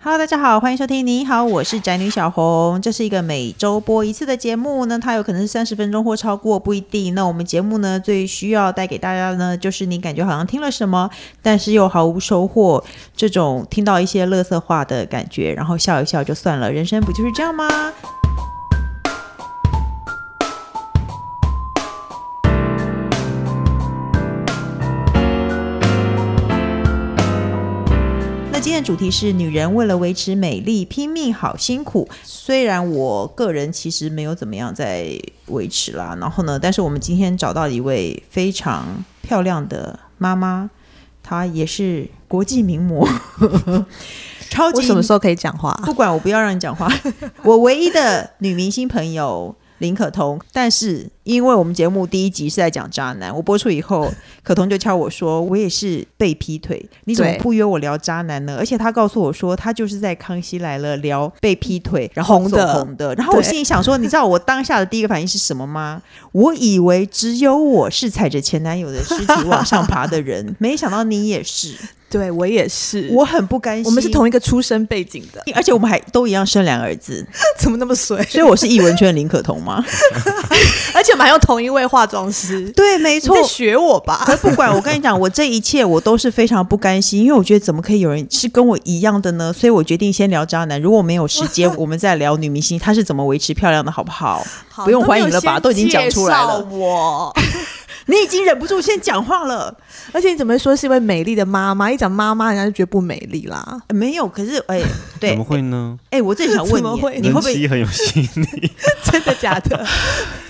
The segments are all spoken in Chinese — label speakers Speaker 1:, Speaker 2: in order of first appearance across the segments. Speaker 1: Hello，大家好，欢迎收听。你好，我是宅女小红。这是一个每周播一次的节目呢，它有可能是三十分钟或超过，不一定。那我们节目呢，最需要带给大家呢，就是你感觉好像听了什么，但是又毫无收获，这种听到一些垃圾话的感觉，然后笑一笑就算了。人生不就是这样吗？那今天的主题是女人为了维持美丽拼命好辛苦。虽然我个人其实没有怎么样在维持啦，然后呢，但是我们今天找到了一位非常漂亮的妈妈，她也是国际名模， 超级
Speaker 2: 我什么时候可以讲话、
Speaker 1: 不管我不要让你讲 话，我唯一的女明星朋友林可彤，但是因为我们节目第一集是在讲渣男，我播出以后，可彤就敲我说我也是被劈腿，你怎么
Speaker 2: 对
Speaker 1: 不约我聊渣男呢？而且她告诉我说她就是在《康熙来了》聊被劈腿，然 后
Speaker 2: 红
Speaker 1: 走
Speaker 2: 的
Speaker 1: 红的，然后我
Speaker 2: 对
Speaker 1: 心里想说，你知道我当下的第一个反应是什么吗？我以为只有我是踩着前男友的尸体往上爬的人，没想到你也是，
Speaker 2: 对我也是，
Speaker 1: 我很不甘心。
Speaker 2: 我们是同一个出身背景 的，
Speaker 1: 而且我们还都一样生两儿子，
Speaker 2: 怎么那么衰？
Speaker 1: 所以我是艺文圈的林可彤吗？
Speaker 2: 而且我们还用同一位化妆师，
Speaker 1: 对，没
Speaker 2: 你在学我吧？
Speaker 1: 可不管我跟你讲，我这一切我都是非常不甘心，因为我觉得怎么可以有人是跟我一样的呢？所以我决定先聊渣男。如果没有时间，我们再聊女明星她是怎么维持漂亮的，好不 好？
Speaker 2: 好
Speaker 1: 不用欢迎了吧都已经讲出来了
Speaker 2: 都没有先介绍我，
Speaker 1: 你已经忍不住先讲话了，
Speaker 2: 而且你怎么会说是一位美丽的妈妈？一讲妈妈，人家就觉得不美丽啦。
Speaker 1: 呃没有？可是哎，对
Speaker 3: 怎么，会呢？
Speaker 1: 哎，我正想问
Speaker 2: 怎么
Speaker 1: 你，
Speaker 2: 会
Speaker 1: 你会不会
Speaker 3: 人妻？很有吸 引力，
Speaker 2: 真的假 的？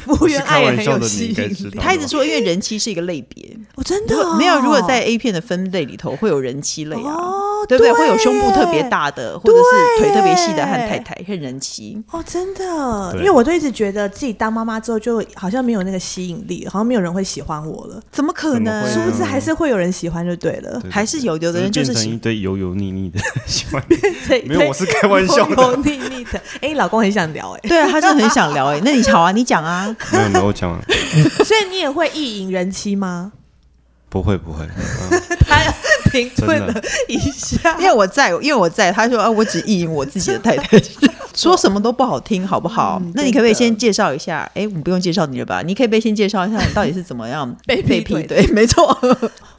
Speaker 2: 服务
Speaker 3: 不是
Speaker 2: 员
Speaker 3: 开
Speaker 2: 爱也
Speaker 3: 玩
Speaker 2: 很
Speaker 3: 笑
Speaker 2: 有
Speaker 3: 的，你
Speaker 2: 吸
Speaker 3: 应该
Speaker 2: 引
Speaker 3: 知
Speaker 2: 力。
Speaker 3: 道。
Speaker 1: 他一直说，因为人妻是一个类别，
Speaker 2: 我真的哦
Speaker 1: 没有。如果在 A 片的分类里头，会有人妻类啊，
Speaker 2: 哦，
Speaker 1: 对不对？
Speaker 2: 对，
Speaker 1: 会有胸部特别。大的，或者是腿特别细的和
Speaker 2: 对耶
Speaker 1: 太太和人妻。
Speaker 2: 哦，真的，
Speaker 3: 对
Speaker 2: 因为我都一直觉得自己当妈妈之后，就好像没有那个吸引力，好像没有人会喜欢我了。
Speaker 1: 怎么可
Speaker 3: 怎么
Speaker 1: 能？
Speaker 3: 会
Speaker 2: 殊
Speaker 3: 呢
Speaker 2: 不知还是会有人喜欢就对了。
Speaker 3: 对
Speaker 1: 还是有有的人就
Speaker 3: 变
Speaker 1: 是
Speaker 3: 成
Speaker 1: 喜
Speaker 3: 一堆油油 腻腻的喜欢你。
Speaker 2: 对
Speaker 3: 没有，我是开玩笑 的。
Speaker 2: 油腻腻的。哎、你老公很想聊哎、
Speaker 1: 对啊，他真的很想聊哎、那你好啊，你讲啊，
Speaker 3: 没有没有，我讲完
Speaker 2: 所以你也会意淫人妻吗？
Speaker 3: 不会不会，嗯
Speaker 2: 他 停
Speaker 3: 真
Speaker 2: 顿了
Speaker 3: 的
Speaker 2: 一 下，
Speaker 1: 因为我在，因为我在，他说啊，我只意淫我自己的太太， 说什么都不好听，好不好？
Speaker 2: 嗯
Speaker 1: 那你可不可以
Speaker 2: 真的
Speaker 1: 先介绍一下？哎、我们不用介绍你了吧？你可以不可以先介绍一下你到底是怎么样
Speaker 2: 被
Speaker 1: 被
Speaker 2: 劈
Speaker 1: 劈腿？
Speaker 2: 腿
Speaker 1: 没 错，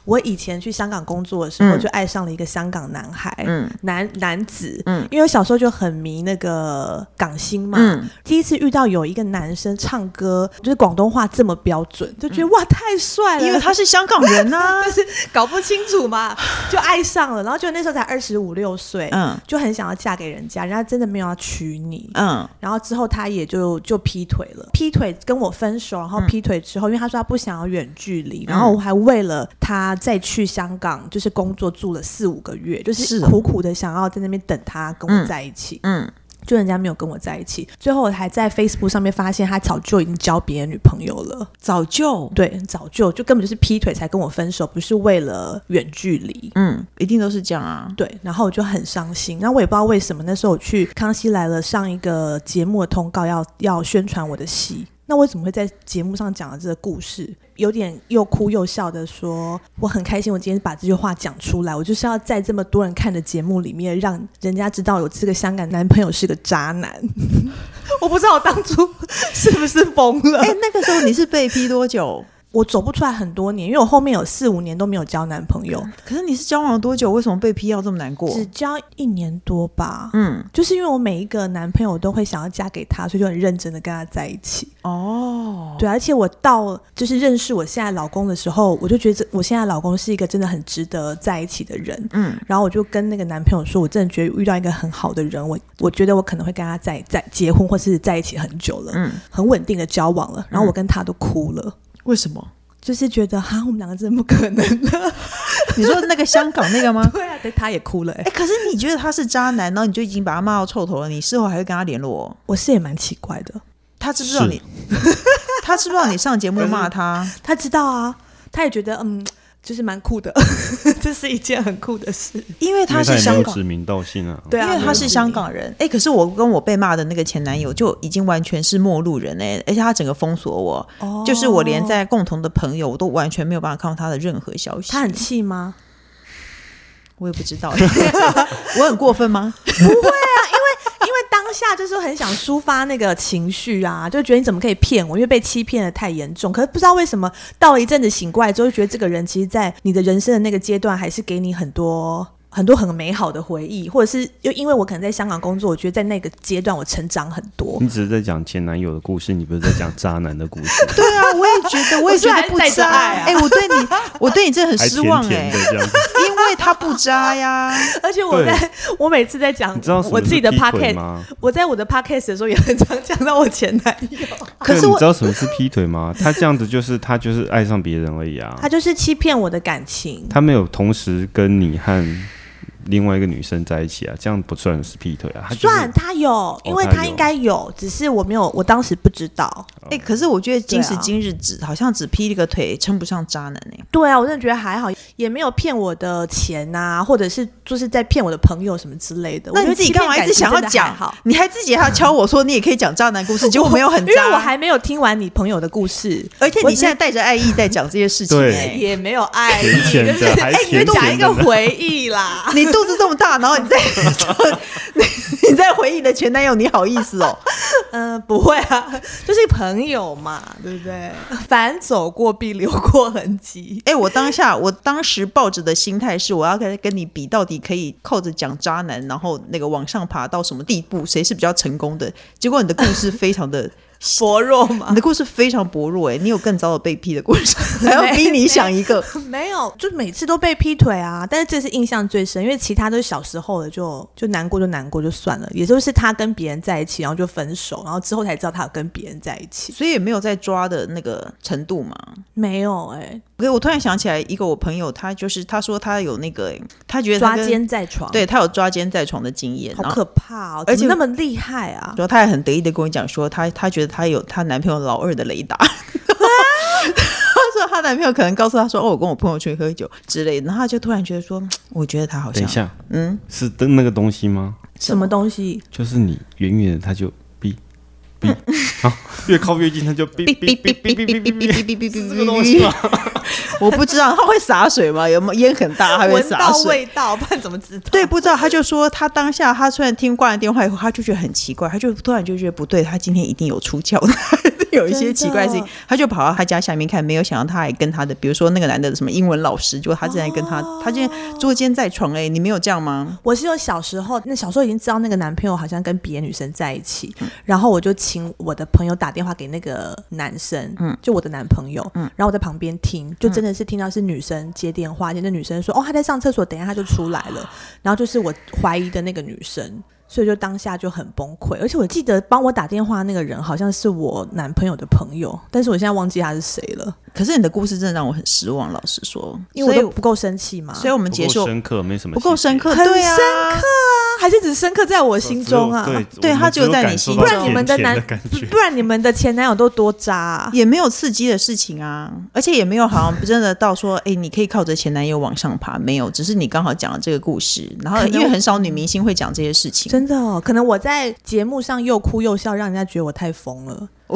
Speaker 2: 我以前去香港工作的时候，
Speaker 1: 嗯
Speaker 2: 就爱上了一个香港男孩，
Speaker 1: 嗯
Speaker 2: 男男子，
Speaker 1: 嗯
Speaker 2: 因为我小时候就很迷那个港星嘛，
Speaker 1: 嗯
Speaker 2: 第一次遇到有一个男生唱歌，就是广东话这么标准，就觉得、哇太帅了，
Speaker 1: 嗯因为他是香港人啊 呐、
Speaker 2: 就是搞不清楚嘛， 就爱上了，然后就那时候才二十五六岁，
Speaker 1: 嗯
Speaker 2: 就很想要嫁给人家，人家真的没有要娶你，
Speaker 1: 嗯
Speaker 2: 然后之后他也就就劈腿了，劈腿跟我分手，然后劈腿之后，因为他说他不想要远距离，然后我还为了他再去香港，就是工作住了四五个月，就是是
Speaker 1: 哦
Speaker 2: 苦苦的想要在那边等他跟我在一起，
Speaker 1: 嗯，
Speaker 2: 就人家没有跟我在一起，最后我还在 Facebook 上面发现他早就已经交别的女朋友了，
Speaker 1: 早就
Speaker 2: 对，早就就根本就是劈腿才跟我分手，不是为了远距离。
Speaker 1: 嗯，一定都是这样 啊。
Speaker 2: 对，然后我就很伤心。那我也不知道为什么，那时候我去《康熙来了》上一个节目的通告要要宣传我的戏，那我怎么会在节目上讲了这个故事？有点又哭又笑的说，我很开心，我今天把这句话讲出来，我就是要在这么多人看的节目里面，让人家知道我这个香港男朋友是个渣男。 我不知道我当初 是不是疯了
Speaker 1: 哎、，那个时候你是被劈多久？
Speaker 2: 我走不出来很多年，因为我后面有四五年都没有交男朋友，
Speaker 1: 嗯可是你是交往了多久？为什么被劈要这么难过？
Speaker 2: 只交一年多吧。
Speaker 1: 嗯，
Speaker 2: 就是因为我每一个男朋友都会想要嫁给他，所以就很认真的跟他在一起。
Speaker 1: 哦，
Speaker 2: 对，而且我到就是认识我现在老公的时候，我就觉得我现在老公是一个真的很值得在一起的人。
Speaker 1: 嗯，
Speaker 2: 然后我就跟那个男朋友说，我真的觉得遇到一个很好的人，我我觉得我可能会跟他在在结婚或是在一起很久了，
Speaker 1: 嗯，
Speaker 2: 很稳定的交往了。然后我跟他都哭了，
Speaker 1: 为什么？
Speaker 2: 就是觉得哈，我们两个真的不可
Speaker 1: 嗯
Speaker 2: 能了。
Speaker 1: 你说那个香港那个吗？
Speaker 2: 对啊，对，他也哭了、欸。
Speaker 1: 哎、可是你觉得他是渣男，然后你就已经把他骂到臭头了，你事后还会跟他联络？
Speaker 2: 我是也蛮奇怪的，
Speaker 1: 他知不知道你？ 他知不知道你上节目骂他？
Speaker 2: 他知道啊，他也觉得嗯，就是蛮酷的， 这是一件很酷的事。
Speaker 1: 因为
Speaker 3: 嗯因
Speaker 1: 他
Speaker 3: 为他
Speaker 1: 是
Speaker 3: 也没
Speaker 1: 香
Speaker 3: 有
Speaker 1: 港，
Speaker 3: 指名道姓啊。
Speaker 2: 对
Speaker 1: 因
Speaker 2: 啊，
Speaker 1: 为他是香港人。哎、可是我跟我被骂的那个前男友就已经完全是陌路人哎、而且他整个封锁我，
Speaker 2: 哦
Speaker 1: 就是我连在共同的朋友我都完全没有办法看到他的任何消息。
Speaker 2: 他很气吗？
Speaker 1: 我也不知道， 我很过分吗？
Speaker 2: 因为当下就是很想抒发那个情绪啊，就觉得你怎么可以骗我？因为被欺骗的太严重。可是不知道为什么，到了一阵子醒过来之后，就觉得这个人其实，在你的人生的那个阶段，还是给你很多。很多很美好的回忆，或者是又因为我可能在香港工作，我觉得在那个阶段我成长很多。
Speaker 3: 你只是在讲前男友的故事，你不是在讲渣男的故事，
Speaker 1: 对啊，我也觉 得，我也觉得不
Speaker 2: 我
Speaker 1: 渣。
Speaker 2: 是还带着爱啊
Speaker 1: 哎、我对 你，我对你真的
Speaker 3: 还
Speaker 1: 很失
Speaker 3: 甜
Speaker 1: 望哎、
Speaker 3: 甜的这样子。
Speaker 1: 因为他不渣 呀。
Speaker 2: 而且我在我每次在讲
Speaker 3: 你知道什
Speaker 2: 我
Speaker 3: 么
Speaker 2: 自
Speaker 3: 是
Speaker 2: 己的
Speaker 3: 劈腿
Speaker 2: podcast，
Speaker 3: 吗？
Speaker 2: 我在我的 podcast 的时候也很常讲到我前男友，
Speaker 1: 可
Speaker 3: 对
Speaker 1: 是
Speaker 3: 你
Speaker 1: 我
Speaker 3: 知道什么是劈 腿吗？他这样子就是他就是爱上别人而已 啊
Speaker 2: 他，就是欺骗我的感情。
Speaker 3: 他没有同时跟你和另外一个女生在一起啊，这样不算是劈腿啊。他就是哦
Speaker 2: 算他有，因为
Speaker 3: 他
Speaker 2: 他
Speaker 3: 有
Speaker 2: 应该有，只是我没有，我当时不知道。
Speaker 3: 哦
Speaker 1: 哎、可是我觉得今时
Speaker 2: 对啊
Speaker 1: 今日只、好像只劈了个腿，称不上渣男哎、
Speaker 2: 对啊，我真的觉得还好，也没有骗我的钱啊，或者是就是在骗我的朋友什么之类的。
Speaker 1: 那
Speaker 2: 我觉
Speaker 1: 你
Speaker 2: 得
Speaker 1: 自己
Speaker 2: 欺骗
Speaker 1: 干嘛一
Speaker 2: 感
Speaker 1: 直
Speaker 2: 情
Speaker 1: 想要
Speaker 2: 真的还
Speaker 1: 讲
Speaker 2: 好，
Speaker 1: 你还自己还要敲我说你也可以讲渣男故事，结果没有很
Speaker 2: 因
Speaker 1: 渣，
Speaker 2: 为我还没有听完你朋友的故事，
Speaker 1: 而且
Speaker 2: 我
Speaker 1: 你
Speaker 2: 只
Speaker 1: 现在带着爱意在讲这些事情、
Speaker 3: 对
Speaker 1: 哎，
Speaker 2: 也没有爱
Speaker 3: 甜
Speaker 2: 意，
Speaker 3: 甜
Speaker 2: 就
Speaker 3: 的
Speaker 2: 是
Speaker 3: 还
Speaker 2: 哎，你
Speaker 3: 甜
Speaker 2: 就讲
Speaker 3: 甜
Speaker 2: 一个
Speaker 3: 的
Speaker 2: 回忆啦。
Speaker 1: 你肚子这么大，然后你在 你你在回忆你的前男友，你好意思哦？
Speaker 2: 嗯、不会啊，就是朋友嘛，对不对？凡走过必留过痕迹。
Speaker 1: 哎、我当下我当时抱着的心态是，我要跟跟你比，到底可以靠着讲渣男，然后那个往上爬到什么地步，谁是比较成功的？结果你的故事非常 的，
Speaker 2: 薄弱嘛
Speaker 1: 你，的故事非常薄弱、哎，你有更糟的被劈的故事， 还要
Speaker 2: 没
Speaker 1: 逼你想一 个。
Speaker 2: 没有，就每次都被劈腿啊。但是这是印象最深，因为其他都是小时候的就，就难过就难过就算了。也就是他跟别人在一起，然后就分手，然后之后才知道他有跟别人在一起。
Speaker 1: 所以也没有在抓的那个程度嘛。
Speaker 2: 没有哎、
Speaker 1: 可是我突然想起来一个我朋友，他就是他说他有那个、欸他觉得他
Speaker 2: 抓
Speaker 1: 跟，
Speaker 2: 奸在床，，
Speaker 1: 对他有抓奸在床的经验，
Speaker 2: 好
Speaker 1: 然后
Speaker 2: 可怕哦！
Speaker 1: 而
Speaker 2: 而
Speaker 1: 且
Speaker 2: 且那么厉害啊！
Speaker 1: 说她也很得意的跟我讲说，她她觉得她有她男朋友老二的雷达。她说 她男朋友可能告诉她说：“哦，我跟我朋友去喝酒之类的。”然后她就突然觉得说嗯：“我觉得他好
Speaker 3: 等一
Speaker 1: 像
Speaker 3: 下
Speaker 1: 嗯，
Speaker 3: 是的那个东西吗？
Speaker 1: 什
Speaker 2: 什
Speaker 1: 么
Speaker 2: 么东西？
Speaker 3: 就是你远远的他就哔哔，好，越靠越近他就哔
Speaker 1: 哔
Speaker 3: 哔
Speaker 1: 哔
Speaker 3: 哔
Speaker 1: 哔哔哔
Speaker 3: 哔哔
Speaker 1: 哔
Speaker 3: 哔哔
Speaker 1: 哔
Speaker 3: 哔，
Speaker 1: 哔哔
Speaker 3: 是这个东西
Speaker 1: 哔
Speaker 3: 吗
Speaker 1: 哔，？我不知道他会洒水吗？有没有烟很大，他会
Speaker 2: 闻
Speaker 1: 洒
Speaker 2: 到
Speaker 1: 水？
Speaker 2: 味道，不然怎么知道？
Speaker 1: 对，，不知道。他就说他当下他虽然听挂了电话以后，他就觉得很奇怪，他就突然就觉得不对，他今天一定有出窍的， 有一些奇怪的事情
Speaker 2: 真的，
Speaker 1: 他就跑到他家下面看，没有想到他还跟他的，比如说那个男的什么英文老师，就他正在跟他，
Speaker 2: 哦
Speaker 1: 他今天捉奸在床、欸，哎，你没有这样吗？
Speaker 2: 我是有小时候，那小时候已经知道那个男朋友好像跟别的女生在一起，然后我就请我的朋友打电话给那个男生，嗯，就我的男朋友，嗯，然后我在旁边听，
Speaker 1: 嗯
Speaker 2: 就真的是听到是女生接电话，而且那女生说哦她在上厕所，等一下她就出来
Speaker 1: 嗯
Speaker 2: 了，然后就是我怀疑的那个女生。所以就当下就很崩溃，而且我记得帮我打电话那个人好像是我男朋友的朋友，但是我现在忘记他是谁了，
Speaker 1: 可是你的故事真的让我很失望，老实说，
Speaker 2: 因为我
Speaker 1: 所以
Speaker 2: 都不够生气嘛。
Speaker 1: 所以我们
Speaker 3: 不
Speaker 1: 结
Speaker 3: 够
Speaker 1: 束
Speaker 3: 深刻，没什么
Speaker 1: 不够深刻，
Speaker 2: 很
Speaker 1: 对啊
Speaker 2: 深，刻啊，还是只深刻在我
Speaker 3: 细节，
Speaker 2: 心中啊。
Speaker 3: 只有
Speaker 1: 对
Speaker 3: 对，
Speaker 1: 他
Speaker 3: 他
Speaker 1: 只有在你心中
Speaker 2: 不然你们
Speaker 3: 的
Speaker 2: 男
Speaker 3: 感
Speaker 2: 不
Speaker 3: 觉
Speaker 2: 不然你们的前男友都多渣、啊，
Speaker 1: 也没有刺激的事情啊，而且也没有好像真的到说，哎、你可以靠着前男友往上爬，没有，只是你刚好讲了这个故事，然后
Speaker 2: 可
Speaker 1: 因
Speaker 2: 能
Speaker 1: 为很少女明星会讲这些事情，
Speaker 2: 真的哦。可能我在节目上又哭又笑，让人家觉得我太疯了。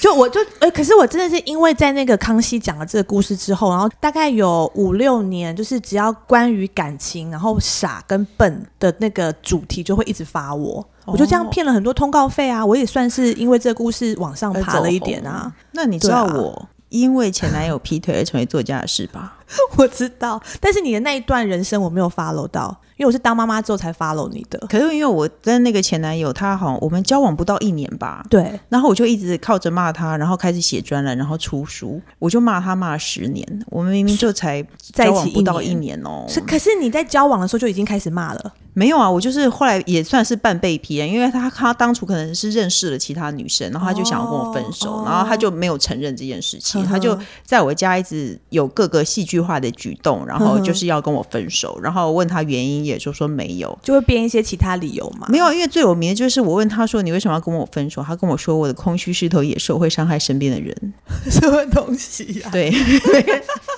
Speaker 2: 就我就哎、可是我真的是因为在那个康熙讲了这个故事之后，然后大概有五六年，就是只要关于感情，然后傻跟笨的那个主题就会一直发我。哦我就这样骗了很多通告费啊！我也算是因为这个故事往上爬了一点啊。
Speaker 1: 那你知道
Speaker 2: 对啊
Speaker 1: 我、因为前男友劈腿而成为作家的事吧？
Speaker 2: 我知道，但是你的那一段人生我没有 follow 到，因为我是当妈妈之后才 follow 你的。
Speaker 1: 可是因为我跟那个前男友，他好像我们交往不到一年吧，
Speaker 2: 对，
Speaker 1: 然后我就一直靠着骂他，然后开始写专栏，然后出书，我就骂他骂了十年，我们明明就才
Speaker 2: 在
Speaker 1: 交
Speaker 2: 一
Speaker 1: 往
Speaker 2: 起
Speaker 1: 不到
Speaker 2: 一
Speaker 1: 一
Speaker 2: 年
Speaker 1: 年哦，
Speaker 2: 是，可是你在交往的时候就已经开始骂了，
Speaker 1: 没有啊，我就是后来也算是半被批啊，因为他他当初可能是认识了其他女生，然后他就想要跟我分手，
Speaker 2: 哦哦
Speaker 1: 然后他就没有承认这件事情，
Speaker 2: 呵呵
Speaker 1: 他就在我家一直有各个戏剧化的举动，然后就是要跟我分手，然后问他原因也就说没有。
Speaker 2: 就会编一些其他理由嘛。
Speaker 1: 没 有，因为最有名的就是我问他说你为什么要跟我分手，他跟我说我的空虚是头野兽，会伤害身边的人。
Speaker 2: 什么东西啊呀、
Speaker 1: 对，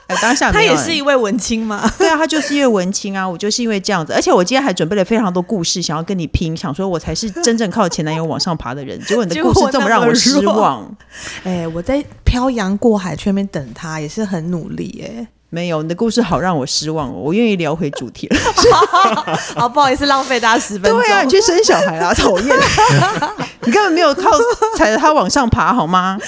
Speaker 1: 哎当下
Speaker 2: 他
Speaker 1: 没有
Speaker 2: 也是一位文青 吗？
Speaker 1: 对啊，他就是因为文青啊，我就是因为这样子，而且我今天还准备了非常多故事，想要跟你拼，想说我才是真正靠前男友往上爬的人，结果你的
Speaker 2: 结
Speaker 1: 故
Speaker 2: 果
Speaker 1: 事
Speaker 2: 我
Speaker 1: 这么
Speaker 2: 那
Speaker 1: 让
Speaker 2: 么
Speaker 1: 我失
Speaker 2: 弱
Speaker 1: 望。
Speaker 2: 哎、我在漂洋过海去那边等他，也是很努力哎、
Speaker 1: 没有，你的故事好让我失望哦，我愿意聊回主题 了。
Speaker 2: 好，哦不好意思，浪费大家十分钟。
Speaker 1: 对啊，你去生小孩啦，讨厌！ 你根本没有靠踩着它往上爬，好吗？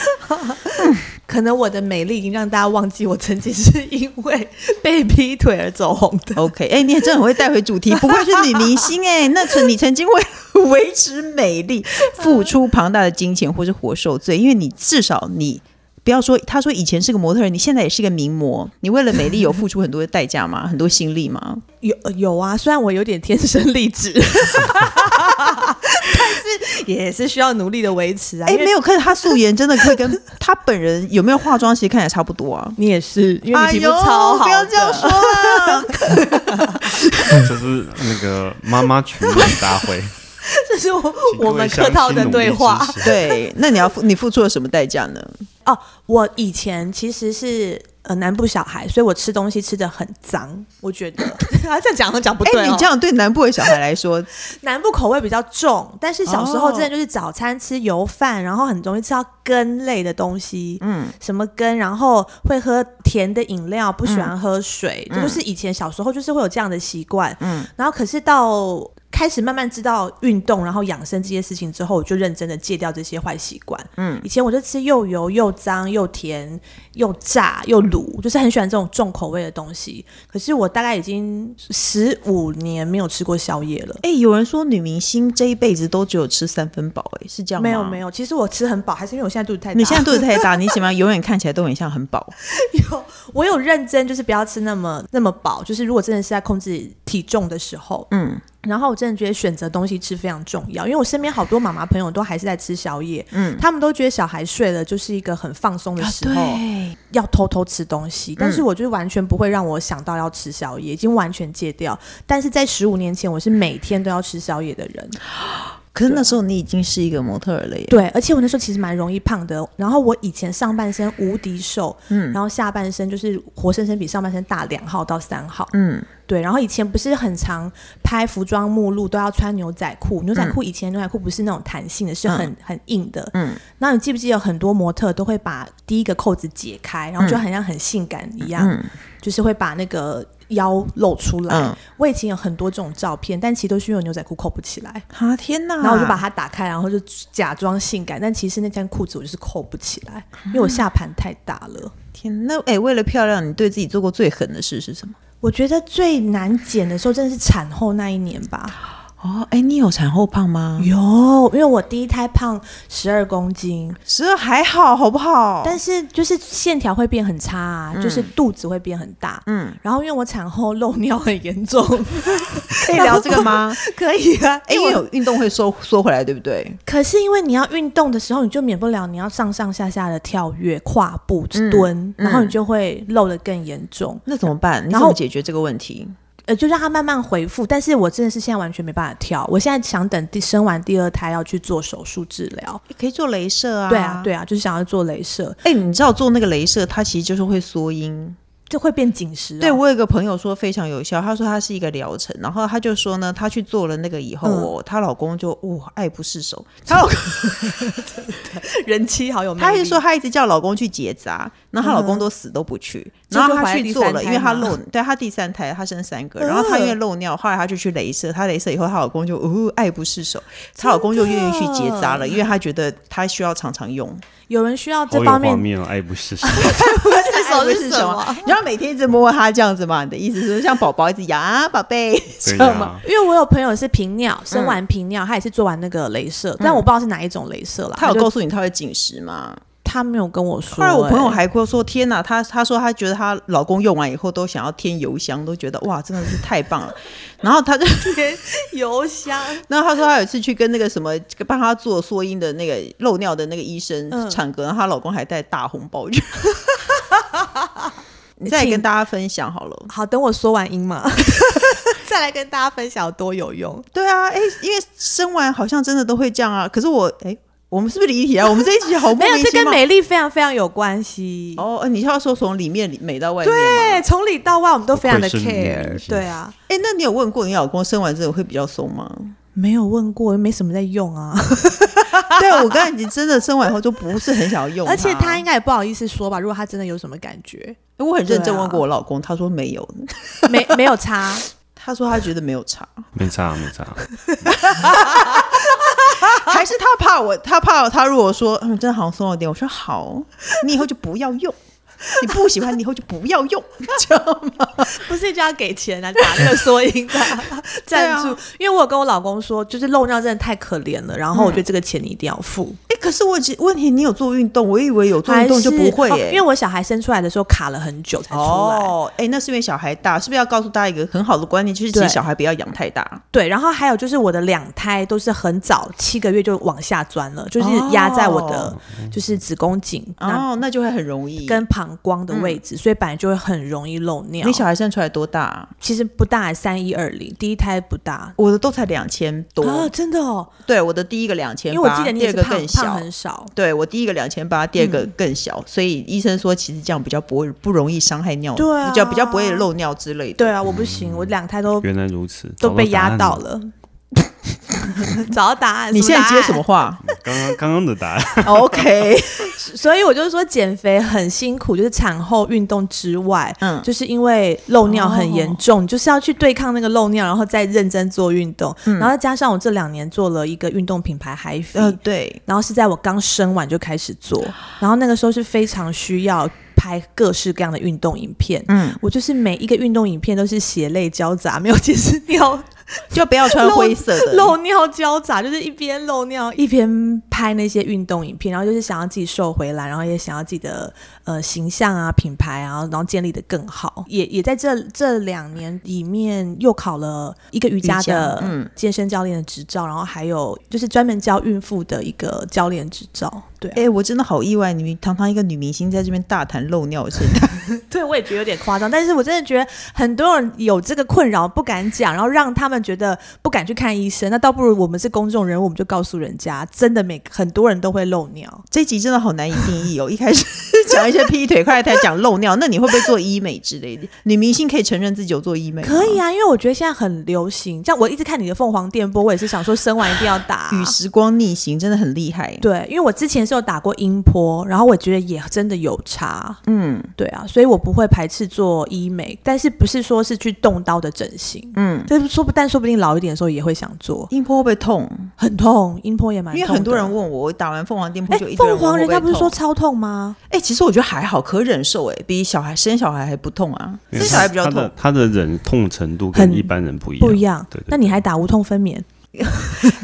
Speaker 2: 可能我的美丽已经让大家忘记我曾经是因为被劈腿而走红的。
Speaker 1: OK，哎、你也真的很会带回主题，不愧是女明星哎、那曾你曾经为维持美丽
Speaker 2: 嗯
Speaker 1: 付出庞大的金钱或是活受罪，因为你至少你不要说，他说以前是个模特儿，你现在也是个名模，你为了美丽有付出很多的代价吗？很多心力吗？
Speaker 2: 有有啊，虽然我有点天生丽 质，但是也是需要努力的维持啊。
Speaker 1: 哎、
Speaker 2: 因为
Speaker 1: 没有，可是他素颜真的会跟他本人有没有化妆，其实看起来差不多啊。
Speaker 2: 你也是，因为你皮肤
Speaker 1: 哎呦
Speaker 2: 超好的、
Speaker 1: 不要这样说 啊！
Speaker 3: 就是那个妈妈群的大会，
Speaker 2: 这是我
Speaker 3: 请各位
Speaker 2: 我们
Speaker 3: 乡
Speaker 2: 客套
Speaker 3: 亲
Speaker 2: 的
Speaker 3: 努力
Speaker 2: 对
Speaker 3: 支
Speaker 2: 话。
Speaker 3: 持
Speaker 1: 对，那你要付你付出了什么代价呢？
Speaker 2: 哦，我以前其实是呃南部小孩，所以我吃东西吃的很脏，我觉得 啊这样讲都讲不
Speaker 1: 哎、
Speaker 2: 对、哦。
Speaker 1: 你这样对南部的小孩来说，
Speaker 2: 南部口味比较重，但是小时候
Speaker 1: 哦
Speaker 2: 真的就是早餐吃油饭，然后很容易吃到根类的东西，
Speaker 1: 嗯，
Speaker 2: 什么根，然后会喝甜的饮料，不喜欢喝水，这就是以前小时候就是会有这样的习惯，
Speaker 1: 嗯
Speaker 2: 嗯，然后可是到开始慢慢知道运动，然后养生这些事情之后，我就认真的戒掉这些坏习惯，
Speaker 1: 嗯
Speaker 2: 嗯，以前我就吃又油又脏又甜又炸又卤，就是很喜欢这种重口味的东西，可是我大概已经十五年没有吃过宵夜了。
Speaker 1: 哎、有人说女明星这一辈子都只有吃三分饱，哎，是这样吗？
Speaker 2: 没有没有，其实我吃很饱，还是因为我现在肚子太大。
Speaker 1: 你现在肚子太大，你喜欢永远看起来都很像很 饱。
Speaker 2: 有我有认真，就是不要吃那么那么饱。就是如果真的是在控制体重的时候，
Speaker 1: 嗯
Speaker 2: 然后我真的觉得选择东西吃非常重要，因为我身边好多妈妈朋友都还是在吃宵夜，
Speaker 1: 嗯啊
Speaker 2: 嗯，他们都觉得小孩睡了就是一个很放松的时候，要偷偷吃东
Speaker 1: 嗯
Speaker 2: 西。但是我就是完全不会让我想到要吃宵夜，已经完全戒掉。但是在十五年前，我是每天都要吃宵夜的人，
Speaker 1: 可是那时候你已经是一个模特儿了耶。
Speaker 2: 对，而且我那时候其实蛮容易胖的。哦然后我以前上半身无敌瘦，
Speaker 1: 嗯
Speaker 2: 嗯，然后下半身就是活生生比上半身大两号到三号，
Speaker 1: 嗯，
Speaker 2: 对。然后以前不是很常拍服装目录都要穿牛仔裤，牛仔裤以前牛仔裤不是那种弹性的，是很、很硬的，
Speaker 1: 嗯
Speaker 2: 嗯。然后你记不记得有很多模特都会把第一个扣子解开，然后就很像很性感一样，
Speaker 1: 嗯
Speaker 2: 就是会把那个。腰露出来，
Speaker 1: 嗯
Speaker 2: 我以前有很多这种照片，但其实都是因为我牛仔裤扣不起来。
Speaker 1: 啊天哪！
Speaker 2: 然后我就把它打开，然后就假装性感，但其实那件裤子我就是扣不起来，因为我下盘太大了。
Speaker 1: 天那哎、为了漂亮，你对自己做过最狠的事是什么？
Speaker 2: 我觉得最难减的时候，真的是产后那一年吧。
Speaker 1: 哦，哎、你有产后胖吗？
Speaker 2: 有，因为我第一胎胖十二公斤，
Speaker 1: 十二还好，好不好？
Speaker 2: 但是就是线条会变很差、啊，就是肚子会变很大。
Speaker 1: 嗯，
Speaker 2: 然后因为我产后漏尿很严重，
Speaker 1: 可以聊这个吗？
Speaker 2: 可以啊，
Speaker 1: 哎、因为有运动会缩缩回来，对不对？
Speaker 2: 可是因为你要运动的时候，你就免不了你要上上下下的跳跃、跨步、
Speaker 1: 嗯
Speaker 2: 蹲，然后
Speaker 1: 嗯
Speaker 2: 你就会漏得更严重。
Speaker 1: 那怎么办？你怎
Speaker 2: 然
Speaker 1: 么
Speaker 2: 后
Speaker 1: 解决这个问题？
Speaker 2: 呃，就让它慢慢恢复。但是我真的是现在完全没办法跳，我现在想等第生完第二胎要去做手术治疗。
Speaker 1: 可以做镭射啊
Speaker 2: 对啊，。对啊，就是想要做镭射，
Speaker 1: 哎、你知道做那个镭射，它其实就是会缩阴。
Speaker 2: 就会变紧实、
Speaker 1: 对，我有一个朋友说非常有效，她说她是一个疗程，然后她就说呢，她去做了那个以
Speaker 2: 嗯
Speaker 1: 后哦，她、老公就哇爱不释手，她 老公
Speaker 2: 人妻好有魅力。嗯
Speaker 1: 她一直说她一直叫老公去结扎，然后她老公都死都不去，然后
Speaker 2: 这就
Speaker 1: 她
Speaker 2: 怀
Speaker 1: 去
Speaker 2: 第
Speaker 1: 做
Speaker 2: 三
Speaker 1: 了，
Speaker 2: 胎
Speaker 1: 因为她
Speaker 2: 吗嗯
Speaker 1: 漏，对她第三胎她生三个，然后她因为漏尿，后来她就去镭射，她镭射以后她老公就哦爱不释手，她老公就愿意去结扎了，因为她觉得她需要常常用，
Speaker 2: 有人需要
Speaker 3: 好
Speaker 2: 这
Speaker 3: 有
Speaker 2: 方
Speaker 3: 画
Speaker 2: 面，
Speaker 3: 面哦，爱不释手。
Speaker 2: 这
Speaker 1: 爱不释手啊？你要每天一直摸摸她这样子嘛？你的意思是像宝宝一直摇啊宝贝，
Speaker 3: 对
Speaker 1: 道吗？
Speaker 3: 啊，
Speaker 2: 因为我有朋友是频尿，生完频尿，他也是做完那个镭射，但我不知道是哪一种镭射啦。
Speaker 1: 她有
Speaker 2: 就
Speaker 1: 告诉你她会紧实吗？
Speaker 2: 他没有跟我说、
Speaker 1: 后来我朋友
Speaker 2: 欸
Speaker 1: 还跟我说：“天哪，她她说她觉得她老公用完以后都想要添油香，都觉得哇，真的是太棒了。” 然后她就，
Speaker 2: 邮箱，
Speaker 1: 然后她说她有一次去跟那个什么帮她做缩阴的那个漏尿的那个医生
Speaker 2: 嗯
Speaker 1: 唱歌，然后她老公还带大红包去。 你再
Speaker 2: 请
Speaker 1: 跟大家分享好了。
Speaker 2: 好，等我说完音嘛， 再来跟大家分享有多有用。
Speaker 1: 对啊，哎、因为生完好像真的都会这样啊。可是我，哎、我们是不是离题啊？我们这一集 好莫
Speaker 2: 没有，
Speaker 1: 名
Speaker 2: 这
Speaker 1: 其
Speaker 2: 跟
Speaker 1: 妙。
Speaker 2: 美丽非常非常有关系。
Speaker 1: 哦，呃你是要说从里面美到外面吗？
Speaker 2: 对，从里到外我们都非常的
Speaker 3: 不愧是女明
Speaker 2: care。
Speaker 3: 星
Speaker 2: 对啊，
Speaker 1: 哎、那你有问过你老公生完之后会比较松吗？
Speaker 2: 没有问过，没什么在用啊。
Speaker 1: 对，啊我
Speaker 2: 啊
Speaker 1: 刚才已经真的生完以后就不是很想要用它，
Speaker 2: 而且他应该也不好意思说吧，如果他真的有什么感觉，
Speaker 1: 我很认真
Speaker 2: 对啊
Speaker 1: 问过我老公，他说没有，
Speaker 2: 没 没有差，
Speaker 1: 他说他觉得没有 差，
Speaker 3: 没差没差，
Speaker 1: 还是他怕我，他怕他如果说嗯，真的好像松了点，我说好，你以后就不要用，你不喜欢你以后就不要用，
Speaker 2: 不是就要给钱啊来打那个缩阴 的赞助？啊因为我有跟我老公说，就是漏尿真的太可怜了，然后我觉得这个钱你一定要付。
Speaker 1: 哎、可是我只问题，你有做运动？我以为有做运动就不会
Speaker 2: 还是
Speaker 1: 耶、
Speaker 2: 哦因为我小孩生出来的时候卡了很久才出来。
Speaker 1: 哦，哎、那是因为小孩大，是不是要告诉大家一个很好的观念，就是其实
Speaker 2: 对
Speaker 1: 小孩不要养太大，
Speaker 2: 对，然后还有就是我的两胎都是很早，七个月就往下钻了，就是压在我的、就是子宫颈那
Speaker 1: 哦，那就会很容易。
Speaker 2: 跟膀胱的位置，所以本来就会很容易漏尿。
Speaker 1: 嗯你小孩生出来多大啊？
Speaker 2: 其实不大，三一二零，第一胎不大
Speaker 1: 我的都才两千多，
Speaker 2: 啊，真的哦，
Speaker 1: 对，我的第一个两千
Speaker 2: 因
Speaker 1: 八，
Speaker 2: 为我记得你
Speaker 1: 第二
Speaker 2: 也是
Speaker 1: 个
Speaker 2: 胖
Speaker 1: 更
Speaker 2: 胖
Speaker 1: 小。
Speaker 2: 很嗯少，
Speaker 1: 对我第一个两千八，第二个更小，所以医生说其实这样比较不会不容易伤害尿，
Speaker 2: 对啊
Speaker 1: 比较比较不会漏尿之类的。
Speaker 2: 对啊，我不
Speaker 1: 嗯
Speaker 2: 行，我两胎都
Speaker 3: 原来如此，
Speaker 2: 都被
Speaker 3: 找
Speaker 2: 压
Speaker 3: 答
Speaker 2: 到
Speaker 3: 案了。
Speaker 2: 了。找到答案，
Speaker 1: 你现在接什 么
Speaker 2: 么
Speaker 1: 话
Speaker 3: 刚刚刚刚的答案，
Speaker 1: ？OK，
Speaker 2: 答案？ 所以我就是说减肥很辛苦，就是产后运动之外，
Speaker 1: 嗯，
Speaker 2: 就是因为漏尿很严重，你就是要去对抗那个漏尿，然后再认真做运动。然后加上我这两年做了一个运动品牌海粉、
Speaker 1: 嗯 呃，对，
Speaker 2: 然后是在我刚生完就开始做，然后那个时候是非常需要拍各式各样的运动影片。
Speaker 1: 嗯，
Speaker 2: 我就是每一个运动影片都是血泪交杂，没有解释尿
Speaker 1: 就不要穿
Speaker 2: 漏
Speaker 1: 灰色的，
Speaker 2: 漏尿交杂，就是一边漏尿一边拍那些运动影片，然后就是想要自己瘦回来，然后也想要自己的呃形象啊、品牌啊，然后建立的更好。也也在这这两年里面又考了一个瑜伽
Speaker 1: 瑜伽嗯
Speaker 2: 的健身教练的执照，然后还有就是专门教孕妇的一个教练执照。对啊、
Speaker 1: 哎、我真的好意外，你堂堂一个女明星在这边大谈漏尿的事 情，
Speaker 2: 对我也觉得有点夸张，但是我真的觉得很多人有这个困扰，不敢讲，然后让他们觉得不敢去看医生。那倒不如我们是公众人物，我们就告诉人家，真的每很多人都会漏尿。
Speaker 1: 这集真的好难以定义哦。一开始讲一些劈腿，后来才讲漏尿，那你会不会做医美之类的？女明星可以承认自己有做医美，
Speaker 2: 可以。啊，因为我觉得现在很流行，像我一直看你的凤凰电波，我也是想说生完一定要打
Speaker 1: 与时光逆行真的很厉害，
Speaker 2: 对，因为我之前是有打过音波，然后我觉得也真的有差，
Speaker 1: 嗯
Speaker 2: 对啊，所以我不会排斥做医美，但是不是说是去动刀的整形，
Speaker 1: 嗯。
Speaker 2: 但是说不但说不定老一点的时候也会想做，
Speaker 1: 音波会不会痛？
Speaker 2: 很痛，音波也蛮
Speaker 1: 因为
Speaker 2: 痛的，
Speaker 1: 很多人问我，我打完凤凰电波
Speaker 2: 哎
Speaker 1: 就一，堆
Speaker 2: 凤
Speaker 1: 问我
Speaker 2: 凰
Speaker 1: 会
Speaker 2: 人家
Speaker 1: 会
Speaker 2: 不是说
Speaker 1: 痛，
Speaker 2: 超痛吗？
Speaker 1: 哎、其实我觉得还好，可忍受、哎，比小孩生小孩还不痛啊，
Speaker 3: 因
Speaker 1: 生
Speaker 3: 为
Speaker 1: 小孩比较
Speaker 3: 他的
Speaker 1: 痛。
Speaker 3: 他的忍痛程度跟
Speaker 2: 很
Speaker 3: 一般人不一样，
Speaker 2: 不一样
Speaker 3: 对对，
Speaker 2: 那你还打无痛 分娩？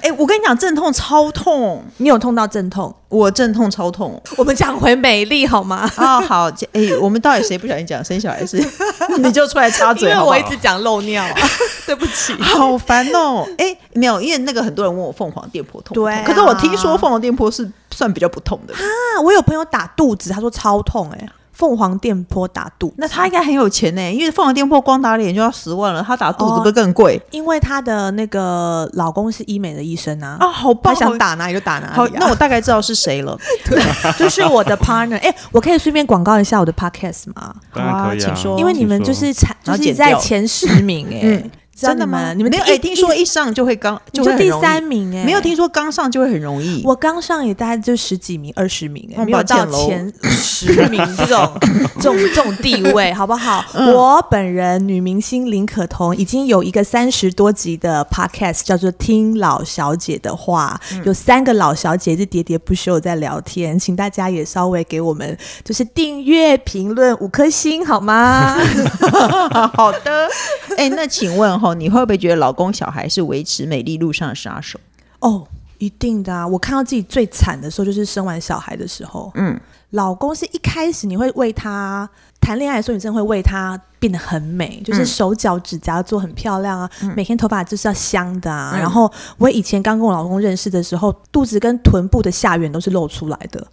Speaker 1: 哎、我跟你讲，阵痛超痛，
Speaker 2: 你有痛到阵痛？
Speaker 1: 我阵痛超痛，
Speaker 2: 我们讲回美丽好 吗？
Speaker 1: 哦，好，这哎、我们到底谁不小心讲生小孩是？ 你就出来插
Speaker 2: 因
Speaker 1: 嘴
Speaker 2: 为
Speaker 1: 好不
Speaker 2: 我一
Speaker 1: 好？
Speaker 2: 直讲漏尿啊， 对不 起。
Speaker 1: 好烦哦！哎、没有，因为那个很多人问我凤凰电波痛不痛，
Speaker 2: 对啊
Speaker 1: 可是我听说凤凰电波是算比较不痛的，
Speaker 2: 那我有朋友打肚子，他说超痛哎、凤凰电波打肚子，
Speaker 1: 那他应该很有钱呢、因为凤凰电波光打脸就要十万了，他打肚子
Speaker 2: 哦
Speaker 1: 不是更贵？
Speaker 2: 因为她的那个老公是医美的医生啊，
Speaker 1: 啊，好
Speaker 2: 他
Speaker 1: 棒！
Speaker 2: 想打哪里就打哪里、啊。
Speaker 1: 好，好那 我大概知道是谁了。
Speaker 2: 就是我的 partner，哎、我可以顺便广告一下我的 podcast 吗？
Speaker 3: 当然可以
Speaker 1: 好啊
Speaker 3: 啊
Speaker 1: 请，说
Speaker 2: 因为你们就是产，
Speaker 1: 然
Speaker 2: 就
Speaker 1: 后
Speaker 2: 是
Speaker 1: 剪掉
Speaker 2: 在前十名哎、
Speaker 1: 嗯
Speaker 2: 知道
Speaker 1: 真的
Speaker 2: 你们
Speaker 1: 吗？
Speaker 2: 你们
Speaker 1: 没有？哎、
Speaker 2: 第
Speaker 1: 听
Speaker 2: 一
Speaker 1: 说一上就会刚，
Speaker 2: 你
Speaker 1: 会
Speaker 2: 就
Speaker 1: 很
Speaker 2: 第
Speaker 1: 容易
Speaker 2: 三，名哎、
Speaker 1: 没有听说刚上就会很容易。
Speaker 2: 我刚上也大概就十几名、二十名、欸，
Speaker 1: 哦
Speaker 2: 没有
Speaker 1: 抱
Speaker 2: 到
Speaker 1: 歉喽
Speaker 2: 前十名 这种这种这种地位，好不好？
Speaker 1: 嗯
Speaker 2: 我本人女明星林可彤已经有一个三十多集的 podcast，叫做《听老小姐的话》，
Speaker 1: 嗯
Speaker 2: 有三个老小姐是喋喋不休地在聊天，请大家也稍微给我们就是订阅、评论五颗星 好吗？
Speaker 1: 好的， 哎、那请问哈，你会不会觉得老公小孩是维持美丽路上的杀 手？
Speaker 2: 哦，一定的啊！我看到自己最惨的时候，就是生完小孩的时候。
Speaker 1: 嗯
Speaker 2: 嗯，老公是一开始你会为他谈恋爱的时候，你真的会为他变得很美，
Speaker 1: 嗯
Speaker 2: 就是手脚指甲做很漂亮啊，每天头发就是要香的啊。
Speaker 1: 嗯
Speaker 2: 然后我以前刚跟我老公认识的时候，肚子跟臀部的下缘都是露出来 的，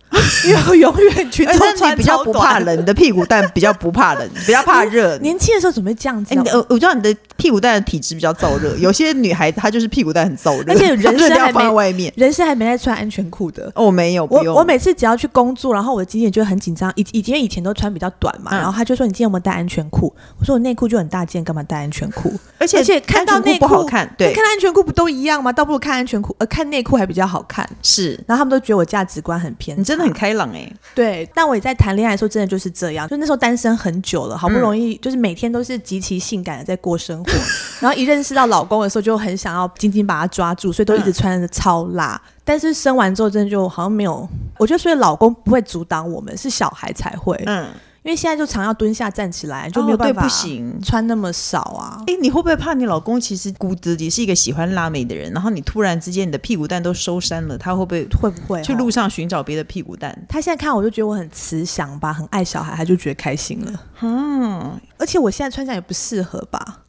Speaker 2: 因为我永远裙
Speaker 1: 哎
Speaker 2: 都
Speaker 1: 但是你
Speaker 2: 穿
Speaker 1: 比较
Speaker 2: 超
Speaker 1: 不怕
Speaker 2: 短。
Speaker 1: 冷，你的屁股蛋比较不怕 冷，比较怕热。
Speaker 2: 年轻的时候怎么会这样子
Speaker 1: 哎、
Speaker 2: 啊、
Speaker 1: 你的呃，我知道你的屁股蛋的体质比较燥热，有些女孩她就是屁股蛋很燥 热，
Speaker 2: 而且人
Speaker 1: 她真的
Speaker 2: 生
Speaker 1: 要
Speaker 2: 还
Speaker 1: 放在
Speaker 2: 没
Speaker 1: 外面。
Speaker 2: 人生还没在穿安全裤的，
Speaker 1: 哦，没有，不
Speaker 2: 我
Speaker 1: 用。
Speaker 2: 我每次只要去工作，然后我的经纪人就会很紧张，以以因为以前都穿比较短嘛，
Speaker 1: 嗯
Speaker 2: 然后他就说你今天有没有带安全裤？我说我内裤就很大件，干嘛带安全裤？
Speaker 1: 而且
Speaker 2: 而且看到
Speaker 1: 安全
Speaker 2: 内
Speaker 1: 裤
Speaker 2: 裤
Speaker 1: 不好看， 对，
Speaker 2: 看安全裤不都一样吗？倒不如看安全裤，呃，看内裤还比较好看。
Speaker 1: 是
Speaker 2: 然后他们都觉得我价值观很偏，
Speaker 1: 你真的很很开朗哎、
Speaker 2: 对，但我也在谈恋爱的时候，真的就是这样。就那时候单身很久了，好
Speaker 1: 嗯
Speaker 2: 不容易就是每天都是极其性感的在过生活， 然后一认识到老公的时候，就很想要紧紧把他抓住，所以都一直穿的超辣。但是生完之后，真的就好像没有，我觉得所以老公不会阻挡我们，是小孩才会，
Speaker 1: 嗯，
Speaker 2: 因为现在就常要蹲下站起来，就没有办
Speaker 1: 哦
Speaker 2: 法、
Speaker 1: 对不行。
Speaker 2: 穿那么少啊。
Speaker 1: 哎、你会不会怕你老公其实骨子里是一个喜欢辣妹的人，然后你突然之间你的屁股蛋都收山了，他会不会
Speaker 2: 会不会
Speaker 1: 去
Speaker 2: 哦
Speaker 1: 路上寻找别的屁股蛋？
Speaker 2: 他现在看我就觉得我很慈祥吧，很爱小孩，他就觉得开心了。
Speaker 1: 嗯，
Speaker 2: 而且我现在穿这样也不适合吧。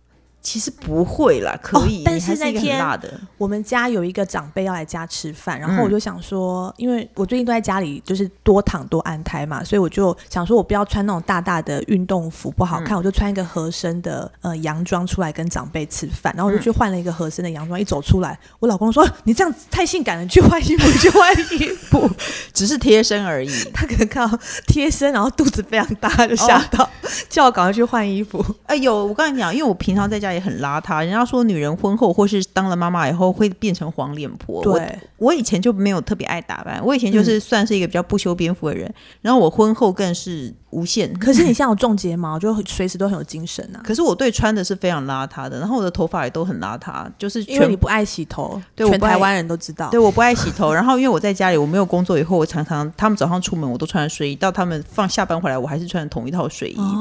Speaker 1: 其实不会啦，可以，
Speaker 2: 哦但
Speaker 1: 你还
Speaker 2: 是
Speaker 1: 是一个
Speaker 2: 那天
Speaker 1: 很辣的，
Speaker 2: 我们家有一个长辈要来家吃饭，然
Speaker 1: 嗯
Speaker 2: 后我就想说，因为我最近都在家里就是多躺多安胎嘛，所以我就想说我不要穿那种大大的运动服不好
Speaker 1: 嗯
Speaker 2: 看，我就穿一个合身的呃洋装出来跟长辈吃饭。然后我
Speaker 1: 嗯
Speaker 2: 就去换了一个合身的洋装，一走出来，我老公说：“啊你这样太性感了，你去换衣服，你去换衣 服。”
Speaker 1: 只是贴身而已。
Speaker 2: 他可能看到贴身，然后肚子非常大，他就吓
Speaker 1: 哦
Speaker 2: 到，叫我赶快去换衣服。
Speaker 1: 哎呦，我跟你讲，因为我平常在家也很邋遢，人家说女人婚后或是当了妈妈以后会变成黄脸婆。我嗯
Speaker 2: 对，
Speaker 1: 我以前就没有特别爱打扮，我以前
Speaker 2: 嗯
Speaker 1: 就是算是一个比较不修边幅的人，然后我婚后更是无限。
Speaker 2: 可是你像我种睫毛，就很随时都很有精神啊，
Speaker 1: 可是我对穿的是非常邋遢的，然后我的头发也都很邋遢，就是
Speaker 2: 因为
Speaker 1: 全
Speaker 2: 你不爱洗头，
Speaker 1: 对我
Speaker 2: 全
Speaker 1: 不爱
Speaker 2: 台湾人都知道。
Speaker 1: 对，我不爱洗头， 然后因为我在家里我没有工作，以后我常常他们早上出门我都穿着睡衣，到他们放下班回来我还是穿同一套睡衣，
Speaker 2: 哦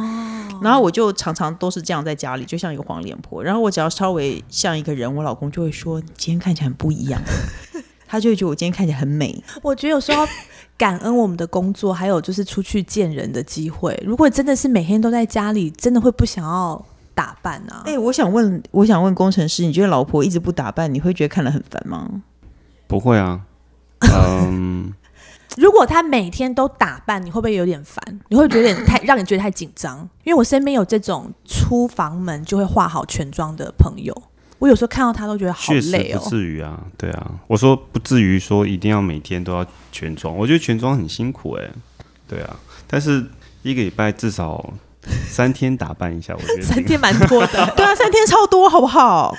Speaker 1: 然后我就常常都是这样在家里，就像一个黄脸婆。然后我只要稍微像一个人，我老公就会说你今天看起来很不一样， 他就会觉得我今天看起来很美。
Speaker 2: 我觉得有时候感恩我们的工作，还有就是出去见人的机会。如果真的是每天都在家里，真的会不想要打扮啊。
Speaker 1: 哎、我想问，我想问工程师，你觉得老婆一直不打扮，你会觉得看了很烦 吗？
Speaker 3: 不 会啊，嗯，
Speaker 2: 如果他每天都打扮，你会不会有点烦？你会不会觉得有点太让你觉得太紧张？因为我身边有这种出房门就会化好全妆的朋友，我有时候看到他都觉得好
Speaker 3: 确实
Speaker 2: 累
Speaker 3: 不
Speaker 2: 哦。
Speaker 3: 至于啊，对啊，我说不至于说一定要每天都要全妆，我觉得全妆很辛苦哎、对啊，但是一个礼拜至少三天打扮一下，我觉得
Speaker 2: 三
Speaker 3: 挺
Speaker 2: 天蛮多的。
Speaker 1: 对啊，三天超多，好不好？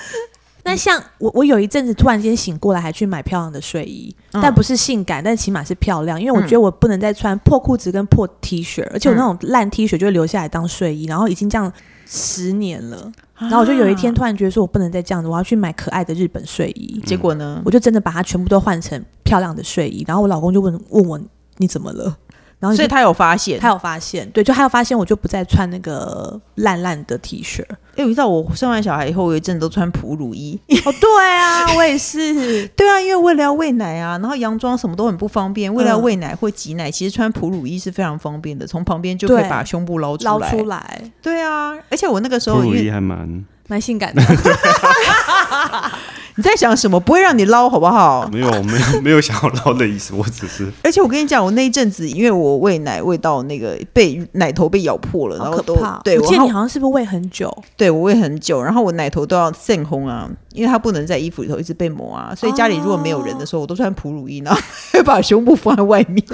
Speaker 2: 那像我，我有一阵子突然间醒过来，还去买漂亮的睡衣，
Speaker 1: 嗯
Speaker 2: 但不是性感，但起码是漂亮。因为我觉得我不能再穿破裤子跟破 T 恤，而且
Speaker 1: 嗯
Speaker 2: 我那种烂 T 恤就会留下来当睡衣，然后已经这样十年了。 然后我就有一
Speaker 1: 啊
Speaker 2: 天突然觉得说，我不能再这样子，我要去买可爱的日本睡衣。
Speaker 1: 结果呢？
Speaker 2: 我就真的把它全部都换成漂亮的睡衣。然后我老公就问问我你怎么了，然后
Speaker 1: 所以
Speaker 2: 就
Speaker 1: 他有发现，
Speaker 2: 他有发现，对，就他有发现我就不再穿那个烂烂的 T 恤。
Speaker 1: 哎、我知道我生完小孩以后，我有一阵子都穿哺乳衣，
Speaker 2: 哦，对啊，我也是。
Speaker 1: 对啊，因为为了要喂奶啊，然后洋装什么都很不方便。为了要
Speaker 2: 嗯
Speaker 1: 喂奶或挤奶，其实穿哺乳衣是非常方便的，从旁边就可以
Speaker 2: 对
Speaker 1: 把胸部捞出
Speaker 2: 捞
Speaker 1: 来。
Speaker 2: 出来，
Speaker 1: 对啊，而且我那个时
Speaker 3: 哺
Speaker 1: 候，因
Speaker 3: 乳衣啊
Speaker 1: 为
Speaker 3: 还蛮
Speaker 2: 蛮性感的。
Speaker 1: 你在想什么，不会让你捞，好不好？
Speaker 3: 没有没 有没有想要捞的意思，我只是
Speaker 1: 而且我跟你讲，我那一阵子，因为我喂奶喂到那个被奶头被咬破了，然
Speaker 2: 好
Speaker 1: 后
Speaker 2: 可
Speaker 1: 都
Speaker 2: 怕哦！
Speaker 1: 对
Speaker 2: 我记得
Speaker 1: 然
Speaker 2: 你
Speaker 1: 后
Speaker 2: 好像是不是喂很久？
Speaker 1: 对我喂很久，然后我奶头都要渗红啊，因为它不能在衣服里头一直被磨啊，所以家里如果没有人的时候，我都穿哺乳衣，然后把胸部放在外面，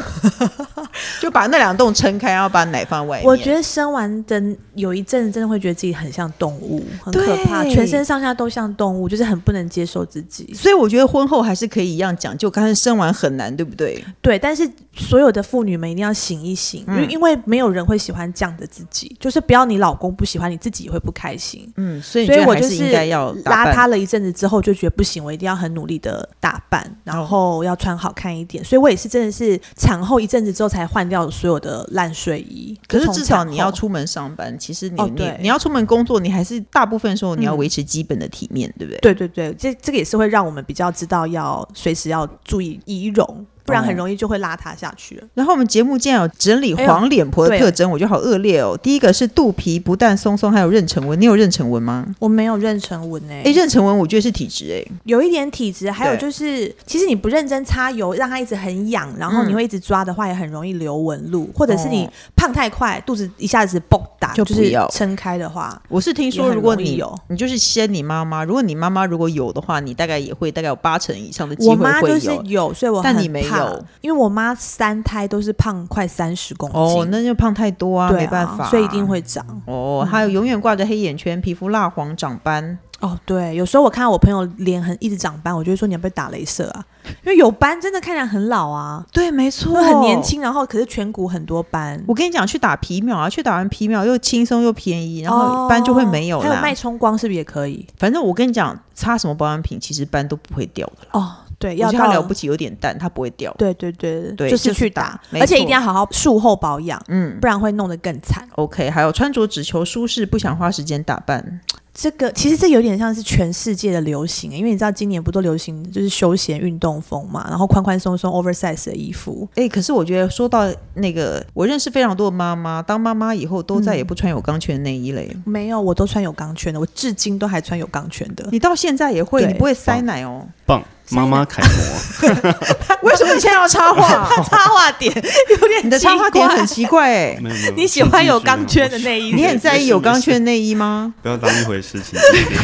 Speaker 1: 就把那两栋撑开，然后把奶放在外面。
Speaker 2: 我觉得生完的有一阵，真的会觉得自己很像动物，很可怕，
Speaker 1: 对
Speaker 2: 全身上下都像动物，就是很不能接受自己。
Speaker 1: 所以我觉得婚后还是可以一样讲究，刚才生完很难，对不对？
Speaker 2: 对，但是所有的妇女们一定要醒一醒，因为、
Speaker 1: 嗯
Speaker 2: 因为没有人会喜欢这样的自己，就是不要你老公不喜欢，你自己也会不开心。
Speaker 1: 嗯，所以你
Speaker 2: 所
Speaker 1: 觉
Speaker 2: 以
Speaker 1: 得
Speaker 2: 我
Speaker 1: 还
Speaker 2: 就是
Speaker 1: 应该要哦打扮
Speaker 2: 邋遢了一阵子之后，就觉得不行，我一定要很努力的打扮，
Speaker 1: 哦
Speaker 2: 然后要穿好看一点。所以我也是真的是产后一阵子之后才换掉所有的烂睡衣。
Speaker 1: 可是
Speaker 2: 就从
Speaker 1: 至少
Speaker 2: 产
Speaker 1: 你要
Speaker 2: 后
Speaker 1: 出门上班，其实你、
Speaker 2: 哦
Speaker 1: 你
Speaker 2: 对嗯
Speaker 1: 你要出门工作，你还是大部分时候你要维持基本的体面，对不对？
Speaker 2: 对对对，这这个也是会让我们比较知道要随时要注意仪容，不
Speaker 1: 哦
Speaker 2: 然很容易就会邋遢下去了。
Speaker 1: 然后我们节目竟然有整理
Speaker 2: 哎呦
Speaker 1: 黄脸婆的
Speaker 2: 对
Speaker 1: 特征，我觉得好恶劣哦。第一个是肚皮不但松松，还有妊娠纹。你有妊娠纹吗？
Speaker 2: 我没有妊娠纹欸诶、
Speaker 1: 哎，妊娠纹我觉得是体质哎。
Speaker 2: 有一点体质，还有
Speaker 1: 对
Speaker 2: 就是，其实你不认真擦油，让它一直很痒，然后
Speaker 1: 嗯
Speaker 2: 你会一直抓的话，也很容易留纹路，或者是你
Speaker 1: 哦
Speaker 2: 胖太快，肚子一下子蹦打，
Speaker 1: 就
Speaker 2: 就
Speaker 1: 不
Speaker 2: 是
Speaker 1: 要
Speaker 2: 撑开的话，
Speaker 1: 我是听
Speaker 2: 也
Speaker 1: 说，
Speaker 2: 很
Speaker 1: 如果
Speaker 2: 容易
Speaker 1: 你
Speaker 2: 有
Speaker 1: 你就是先你妈妈，如果你妈妈如果有的话，你大概也会大概有八成以上的机
Speaker 2: 我
Speaker 1: 会
Speaker 2: 妈就
Speaker 1: 会
Speaker 2: 是
Speaker 1: 有。
Speaker 2: 有，所以我
Speaker 1: 但
Speaker 2: 很
Speaker 1: 你没
Speaker 2: 怕
Speaker 1: 有，
Speaker 2: 因为我妈三胎都是胖快三十公斤，
Speaker 1: 哦，那就胖太多啊，
Speaker 2: 对啊
Speaker 1: 没办法，
Speaker 2: 所以一定会长。
Speaker 1: 哦，还有永远挂着黑眼圈、皮肤蜡黄、长斑，
Speaker 2: 哦，对，有时候我看到我朋友脸很一直长斑，我就会说你要不要打镭射啊？因为有斑真的看起来很老啊，
Speaker 1: 对，没错，
Speaker 2: 会很年。轻，然后可是颧骨很多斑，
Speaker 1: 哦我跟你讲，去打皮秒啊，去打完皮秒又轻松又便宜，然后斑就会没哦有
Speaker 2: 还有
Speaker 1: 啦。
Speaker 2: 脉冲光是不是也可以？
Speaker 1: 反正我跟你讲，擦什么保养品，其实斑都不会掉的啦。
Speaker 2: 哦，对，
Speaker 1: 我
Speaker 2: 要
Speaker 1: 觉得它
Speaker 2: 到
Speaker 1: 了不起有点淡，它不会掉。
Speaker 2: 对对对
Speaker 1: 对
Speaker 2: 就是
Speaker 1: 就是
Speaker 2: 去
Speaker 1: 打
Speaker 2: 打，
Speaker 1: 没
Speaker 2: 而且一
Speaker 1: 错
Speaker 2: 定要好好术后保养，
Speaker 1: 嗯
Speaker 2: 不然会弄得更惨。
Speaker 1: ，OK，还有穿着只求舒适，不想花时间打扮。
Speaker 2: 这个其实这有点像是全世界的流行，欸因为你知道今年不都流行就是休闲运动风嘛，然后宽宽松松 oversize 的衣服，
Speaker 1: 哎、可是我觉得说到那个，我认识非常多的妈妈，当妈妈以后都再也不穿有钢圈的内衣嘞。
Speaker 2: 没有我都穿有钢圈的，我至今都还穿有钢圈的。
Speaker 1: 你到现在也会，
Speaker 2: 对
Speaker 1: 你不会塞奶哦？
Speaker 3: 棒，妈妈楷 模，
Speaker 1: 为什么你现在要 插话？
Speaker 2: 插画点有点
Speaker 1: 你的插话点很奇怪 哎、
Speaker 3: 没有没有。
Speaker 2: 你喜欢有钢圈的
Speaker 3: 那？
Speaker 2: 内衣，
Speaker 1: 你很在意有钢圈的内衣吗
Speaker 3: 不要当一回事，情。请注意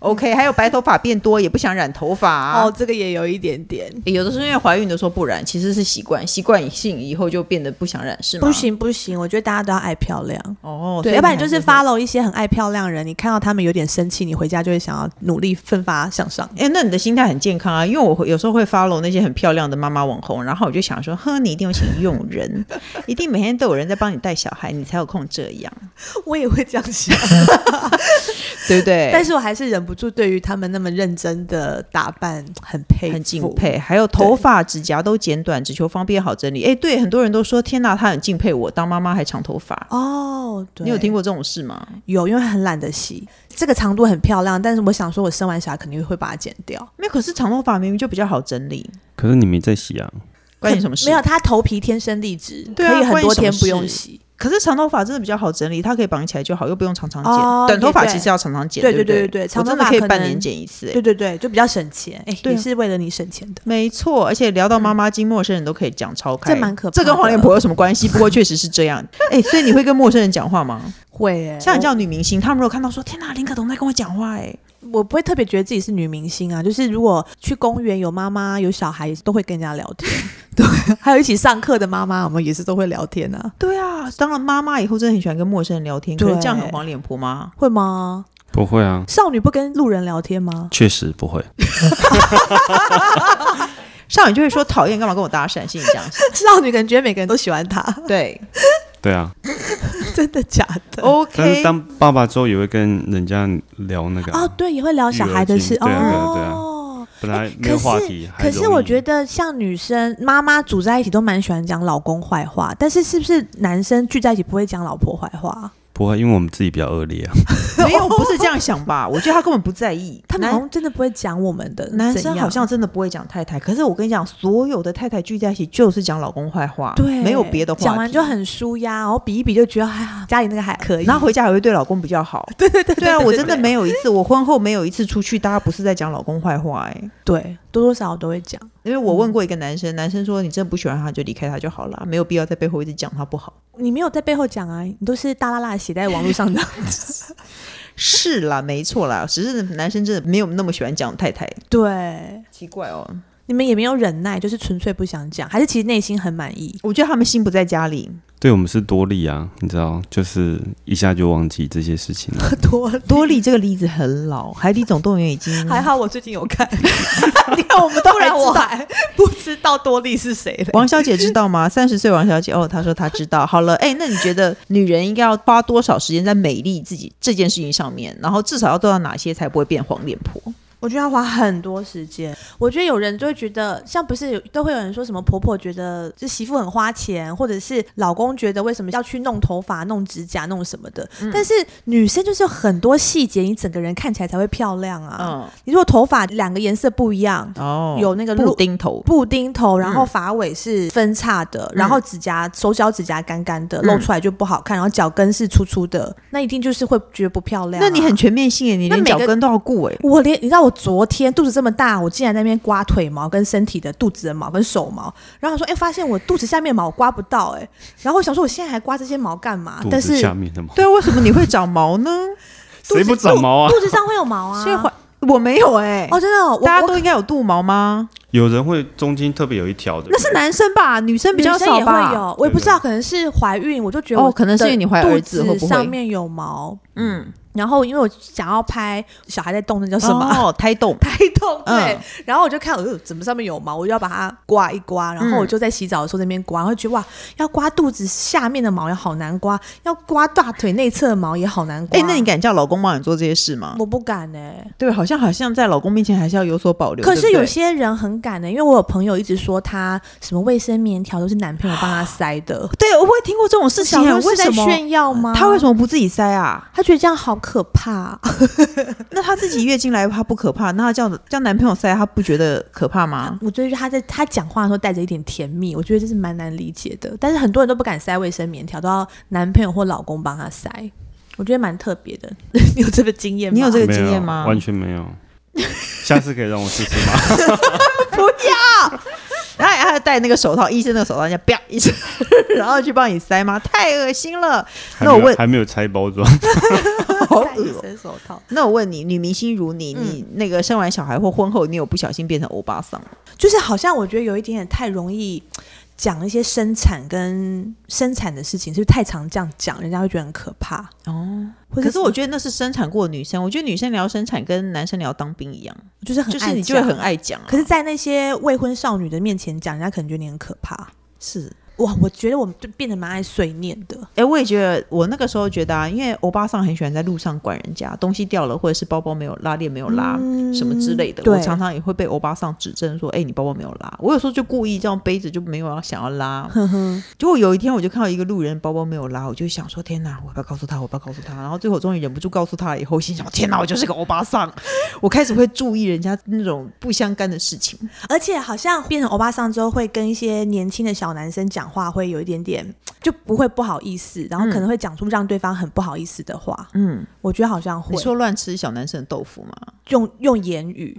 Speaker 1: ？OK，还有白头发变多也不想染头发、
Speaker 2: 哦，这个也有一点点。
Speaker 1: 欸有的是因为怀孕的时候不染，其实是习惯，习惯性以后就变得不想染，是吗？
Speaker 2: 不，行不行，我觉得大家都要爱漂亮，
Speaker 1: 哦，所
Speaker 2: 对，
Speaker 1: 以
Speaker 2: 要不然
Speaker 1: 你
Speaker 2: 就是
Speaker 1: 还是。
Speaker 2: follow 一些很爱漂亮的人，你看到他们有点生气，你回家就会想要努力奋发向上。
Speaker 1: 哎、那你的心态很健康啊，因为我会有时候会 follow 那些很漂亮的妈妈网红，然后我就想说，呵，你一定有请佣 人，一定每天都有人在帮你带小孩，你才有空这样，
Speaker 2: 我也会这样想，
Speaker 1: 对不对？
Speaker 2: 但是我还是忍不住对于他们那么认真的打扮很佩服，
Speaker 1: 很敬佩，还有头发、指甲都剪短，只求方便好整理。哎、对，很多人都说，天哪，他很敬佩我，当妈妈还长头发。
Speaker 2: 哦。对
Speaker 1: 你有听过这种事吗？
Speaker 2: 有，因为很懒得洗，这个长度很漂亮，但是我想说，我生完小孩肯定会把它剪掉。
Speaker 1: 没有，可是长头发明明就比较好整理，
Speaker 3: 可是你没在洗啊？
Speaker 1: 关你什么事？
Speaker 2: 没有，他头皮天生丽质，
Speaker 1: 对啊
Speaker 2: 可以很
Speaker 1: 关你
Speaker 2: 多
Speaker 1: 什么
Speaker 2: 天不用
Speaker 1: 事
Speaker 2: 洗。
Speaker 1: 可是长头发真的比较好整理，它可以绑起来就好，又不用常常剪。
Speaker 2: 哦
Speaker 1: 短头发
Speaker 2: 也对
Speaker 1: 其实要常常剪，
Speaker 2: 对
Speaker 1: 对
Speaker 2: 对
Speaker 1: 不
Speaker 2: 对对对长头
Speaker 1: 我真的
Speaker 2: 发
Speaker 1: 可以
Speaker 2: 可
Speaker 1: 半
Speaker 2: 能
Speaker 1: 年剪一次、欸
Speaker 2: 对。对对，就比较省钱，哎、
Speaker 1: 对啊
Speaker 2: 也是为了你省钱的。
Speaker 1: 没错，而且聊到妈妈经，陌生人都可以讲超开，
Speaker 2: 这蛮可怕的
Speaker 1: 这跟黄脸婆有什么关系？不过确实是这样。 哎、所以你会跟陌生人讲话吗？
Speaker 2: 会、哎，
Speaker 1: 像你这样女明星，他们如果看到说“天哪，林可彤在跟我讲话、欸”，
Speaker 2: 我不会特别觉得自己是女明星啊，就是如果去公园有妈妈有小孩，也是都会跟人家聊 天。对，还有一起上课的妈妈，我们也是都会聊天啊，
Speaker 1: 对啊，当了妈妈以后真的很喜欢跟陌生人聊天，可是
Speaker 2: 对
Speaker 1: 这样很黄脸婆吗？
Speaker 2: 会吗？
Speaker 3: 不会啊，
Speaker 2: 少女不跟路人聊天吗？
Speaker 3: 确实不会。
Speaker 1: 少女就会说讨厌，干嘛跟我搭讪？心里这样想。
Speaker 2: 少女感觉得每个人都喜欢她，
Speaker 1: 对
Speaker 3: 对啊，
Speaker 2: 真的假的？
Speaker 3: 但是
Speaker 1: ，OK，
Speaker 3: 当爸爸之后也会跟人家聊那个啊、
Speaker 2: 哦，对，也会聊小
Speaker 3: 育儿
Speaker 2: 孩的
Speaker 3: 经
Speaker 2: 事
Speaker 3: 对啊对啊对啊
Speaker 2: 哦。
Speaker 3: 本来没
Speaker 2: 可
Speaker 3: 有话
Speaker 2: 是
Speaker 3: 题，，还
Speaker 2: 可是
Speaker 3: 容易
Speaker 2: 我觉得像女生妈妈组在一起都蛮喜欢讲老公坏话，但是是不是男生聚在一起不会讲老婆坏话？啊
Speaker 3: 不会，因为我们自己比较恶劣啊。
Speaker 1: 没有不是这样想吧？我觉得她根本不在意，
Speaker 2: 他们
Speaker 1: 男
Speaker 2: 好像真的不会讲我们的，
Speaker 1: 男
Speaker 2: 怎
Speaker 1: 生
Speaker 2: 样
Speaker 1: 好像真的不会讲太太，可是我跟你讲，所有的太太聚在一起就是讲老公坏话，
Speaker 2: 对，
Speaker 1: 没有别的话题，
Speaker 2: 讲完就很舒压，然后比一比就觉得哎呀，家里那个还可以，
Speaker 1: 然后回家还会对老公比较好。 对对对对啊！我真的没有一次，我婚后没有一次出去，大家不是在讲老公坏话哎、
Speaker 2: 对多多少少都会讲。啊
Speaker 1: 因为我问过一个男生，男生说你真的不喜欢他就离开他就好了，没有必要在背后一直讲他不好。
Speaker 2: 你没有在背后讲啊，你都是大拉拉写在网络上 的。
Speaker 1: 是啦，没错啦，只是男生真的没有那么喜欢讲太太，
Speaker 2: 对，
Speaker 1: 奇怪哦。
Speaker 2: 你们也没有忍耐，就是纯粹不想讲，还是其实内心很满意？
Speaker 1: 我觉得他们心不在家 里，
Speaker 3: 对我们是多利啊，你知道，就是一下就忘记这些事情了。
Speaker 2: 多
Speaker 1: 多利这个例子很老，《海底总动员》已经
Speaker 2: 还好我最近有 看，你看我们都
Speaker 1: 然
Speaker 2: 然
Speaker 1: 我
Speaker 2: 我还不知道多利是谁嘞。
Speaker 1: 王小姐知道 吗？三十岁王小姐哦，她说她知道。好了，哎，那你觉得女人应该要花多少时间在美丽自己这件事情上面？然后至少要做到哪些才不会变黄脸婆？
Speaker 2: 我觉得要花很多时间。我觉得有人就会觉得，像不是有都会有人说什么婆婆觉得这媳妇很花钱，或者是老公觉得为什么要去弄头发、弄指甲、弄什么的。
Speaker 1: 嗯
Speaker 2: 但是女生就是有很多细节，你整个人看起来才会漂亮啊。
Speaker 1: 嗯，
Speaker 2: 你如果头发两个颜色不一样，
Speaker 1: 哦，
Speaker 2: 有那个
Speaker 1: 布
Speaker 2: 露
Speaker 1: 丁头，
Speaker 2: 布丁头，然后发尾是分叉的，
Speaker 1: 嗯
Speaker 2: 然后指甲手脚指甲干干的，露出来就不好看，然后脚跟是粗粗的，那一定就是会觉得不漂亮啊、
Speaker 1: 那你很全面性耶，你
Speaker 2: 那
Speaker 1: 连
Speaker 2: 每
Speaker 1: 脚
Speaker 2: 个
Speaker 1: 跟都要顾哎。
Speaker 2: 我连你知道我昨天肚子这么大，我竟然在那边刮腿毛、跟身体的肚子的毛、跟手毛，然后我说哎、发现我肚子下面毛刮不到哎、然后我想说我现在还刮这些毛干嘛？
Speaker 3: 肚
Speaker 2: 但
Speaker 3: 子
Speaker 2: 是
Speaker 3: 下面的毛，
Speaker 1: 对啊，为什么你会长毛 呢？
Speaker 2: 肚子
Speaker 3: 谁不长毛啊
Speaker 2: 肚？肚子上会有毛啊？
Speaker 1: 所以怀我没有哎、
Speaker 2: 哦，真的哦，我
Speaker 1: 大家
Speaker 2: 我
Speaker 1: 都应该有肚毛吗？
Speaker 3: 有人会中间特别有一条的，
Speaker 1: 那是男生吧，女生比较
Speaker 2: 女生
Speaker 1: 少
Speaker 2: 也
Speaker 1: 吧。
Speaker 2: 会有，我也不知道，可能是怀孕，我就觉得
Speaker 1: 哦
Speaker 2: 我
Speaker 1: 可能是因为你怀儿子
Speaker 2: 的
Speaker 1: 会不会
Speaker 2: 上面有毛，
Speaker 1: 嗯，
Speaker 2: 然后因为我想要拍小孩在动，那叫什么？
Speaker 1: 哦，胎动。
Speaker 2: 胎动对，
Speaker 1: 嗯
Speaker 2: 然后我就看，呃，怎么上面有毛，我就要把它刮一刮，然后我就在洗澡的时候在那边刮，然后觉得哇，要刮肚子下面的毛也好难刮，要刮大腿内侧的毛也好难刮。
Speaker 1: 哎、那你敢叫老公帮你做这些事吗？
Speaker 2: 我不敢呢、
Speaker 1: 对，好像好像在老公面前还是要有所保留。
Speaker 2: 可是
Speaker 1: 对不对
Speaker 2: 有些人很敢欸呢、因为我有朋友一直说他什么卫生棉条都是男朋友帮他塞的，
Speaker 1: 对，我会听过这种事情
Speaker 2: 想
Speaker 1: 哦啊，
Speaker 2: 说
Speaker 1: 为
Speaker 2: 是在
Speaker 1: 什么？
Speaker 2: 炫耀啊吗？
Speaker 1: 他为什么不自己塞啊？
Speaker 2: 他觉得这样好可怕，
Speaker 1: 那他自己月经来他不可怕，那他叫叫男朋友塞他不觉得可怕吗？
Speaker 2: 我觉得他在他讲话的时候带着一点甜蜜，我觉得这是蛮难理解的。但是很多人都不敢塞卫生棉条，都要男朋友或老公帮他塞，我觉得蛮特别的。 你有这个经验吗？
Speaker 1: 你有这个
Speaker 3: 没
Speaker 1: 经
Speaker 3: 有
Speaker 1: 验吗？
Speaker 3: 完全没 有。下次可以让我试试吗？
Speaker 1: 然后还要哎戴那个手套，医生的手套，人家啪一声， 然后去帮你塞吗？太恶心了。
Speaker 3: 还
Speaker 1: 那
Speaker 3: 没
Speaker 1: 我
Speaker 3: 有
Speaker 1: 问，
Speaker 3: 还没有拆包装，
Speaker 1: 好
Speaker 2: 戴
Speaker 1: 恶
Speaker 2: 一
Speaker 1: 哦。
Speaker 2: 身手套，
Speaker 1: 那我问你，女明星如你，你
Speaker 2: 嗯
Speaker 1: 那个生完小孩或婚后，你有不小心变成欧巴桑吗？
Speaker 2: 就是好像我觉得有一点点太容易讲一些生产跟生产的事情，是不是太常这样讲，人家会觉得很可怕？
Speaker 1: 哦，
Speaker 2: 或
Speaker 1: 可是我
Speaker 2: 我
Speaker 1: 觉得那是生产过的女生，我觉得女生聊生产跟男生聊当兵一样，
Speaker 2: 就是很
Speaker 1: 就是
Speaker 2: 爱
Speaker 1: 你就会
Speaker 2: 讲
Speaker 1: 很爱讲啊、
Speaker 2: 可是，在那些未婚少女的面前讲，人家可能觉得你很可怕。
Speaker 1: 是，
Speaker 2: 哇，我觉得我们就变得蛮爱碎念的。
Speaker 1: 哎、我也觉得，我那个时候觉得啊，因为欧巴桑很喜欢在路上管人家，东西掉了或者是包包没有拉链没有拉、什么之类的，
Speaker 2: 嗯对
Speaker 1: 我常常也会被欧巴桑指正说，哎、你包包没有拉。我有时候就故意这样背着就没有要想要拉，
Speaker 2: 哼哼，
Speaker 1: 结果有一天我就看到一个路人包包没有拉，我就想说天哪，我要不要告诉他？我要不要告诉他？然后最后终于忍不住告诉他了，以后心想天哪，我就是个欧巴桑。我开始会注意人家那种不相干的事情。
Speaker 2: 而且好像变成欧巴桑之后，会跟一些年轻的小男生讲话，会有一点点就不会不好意思，然后可能会讲出让对方很不好意思的话。
Speaker 1: 嗯，
Speaker 2: 我觉得好像会
Speaker 1: 你说乱吃小男生的豆腐吗？
Speaker 2: 用用言语。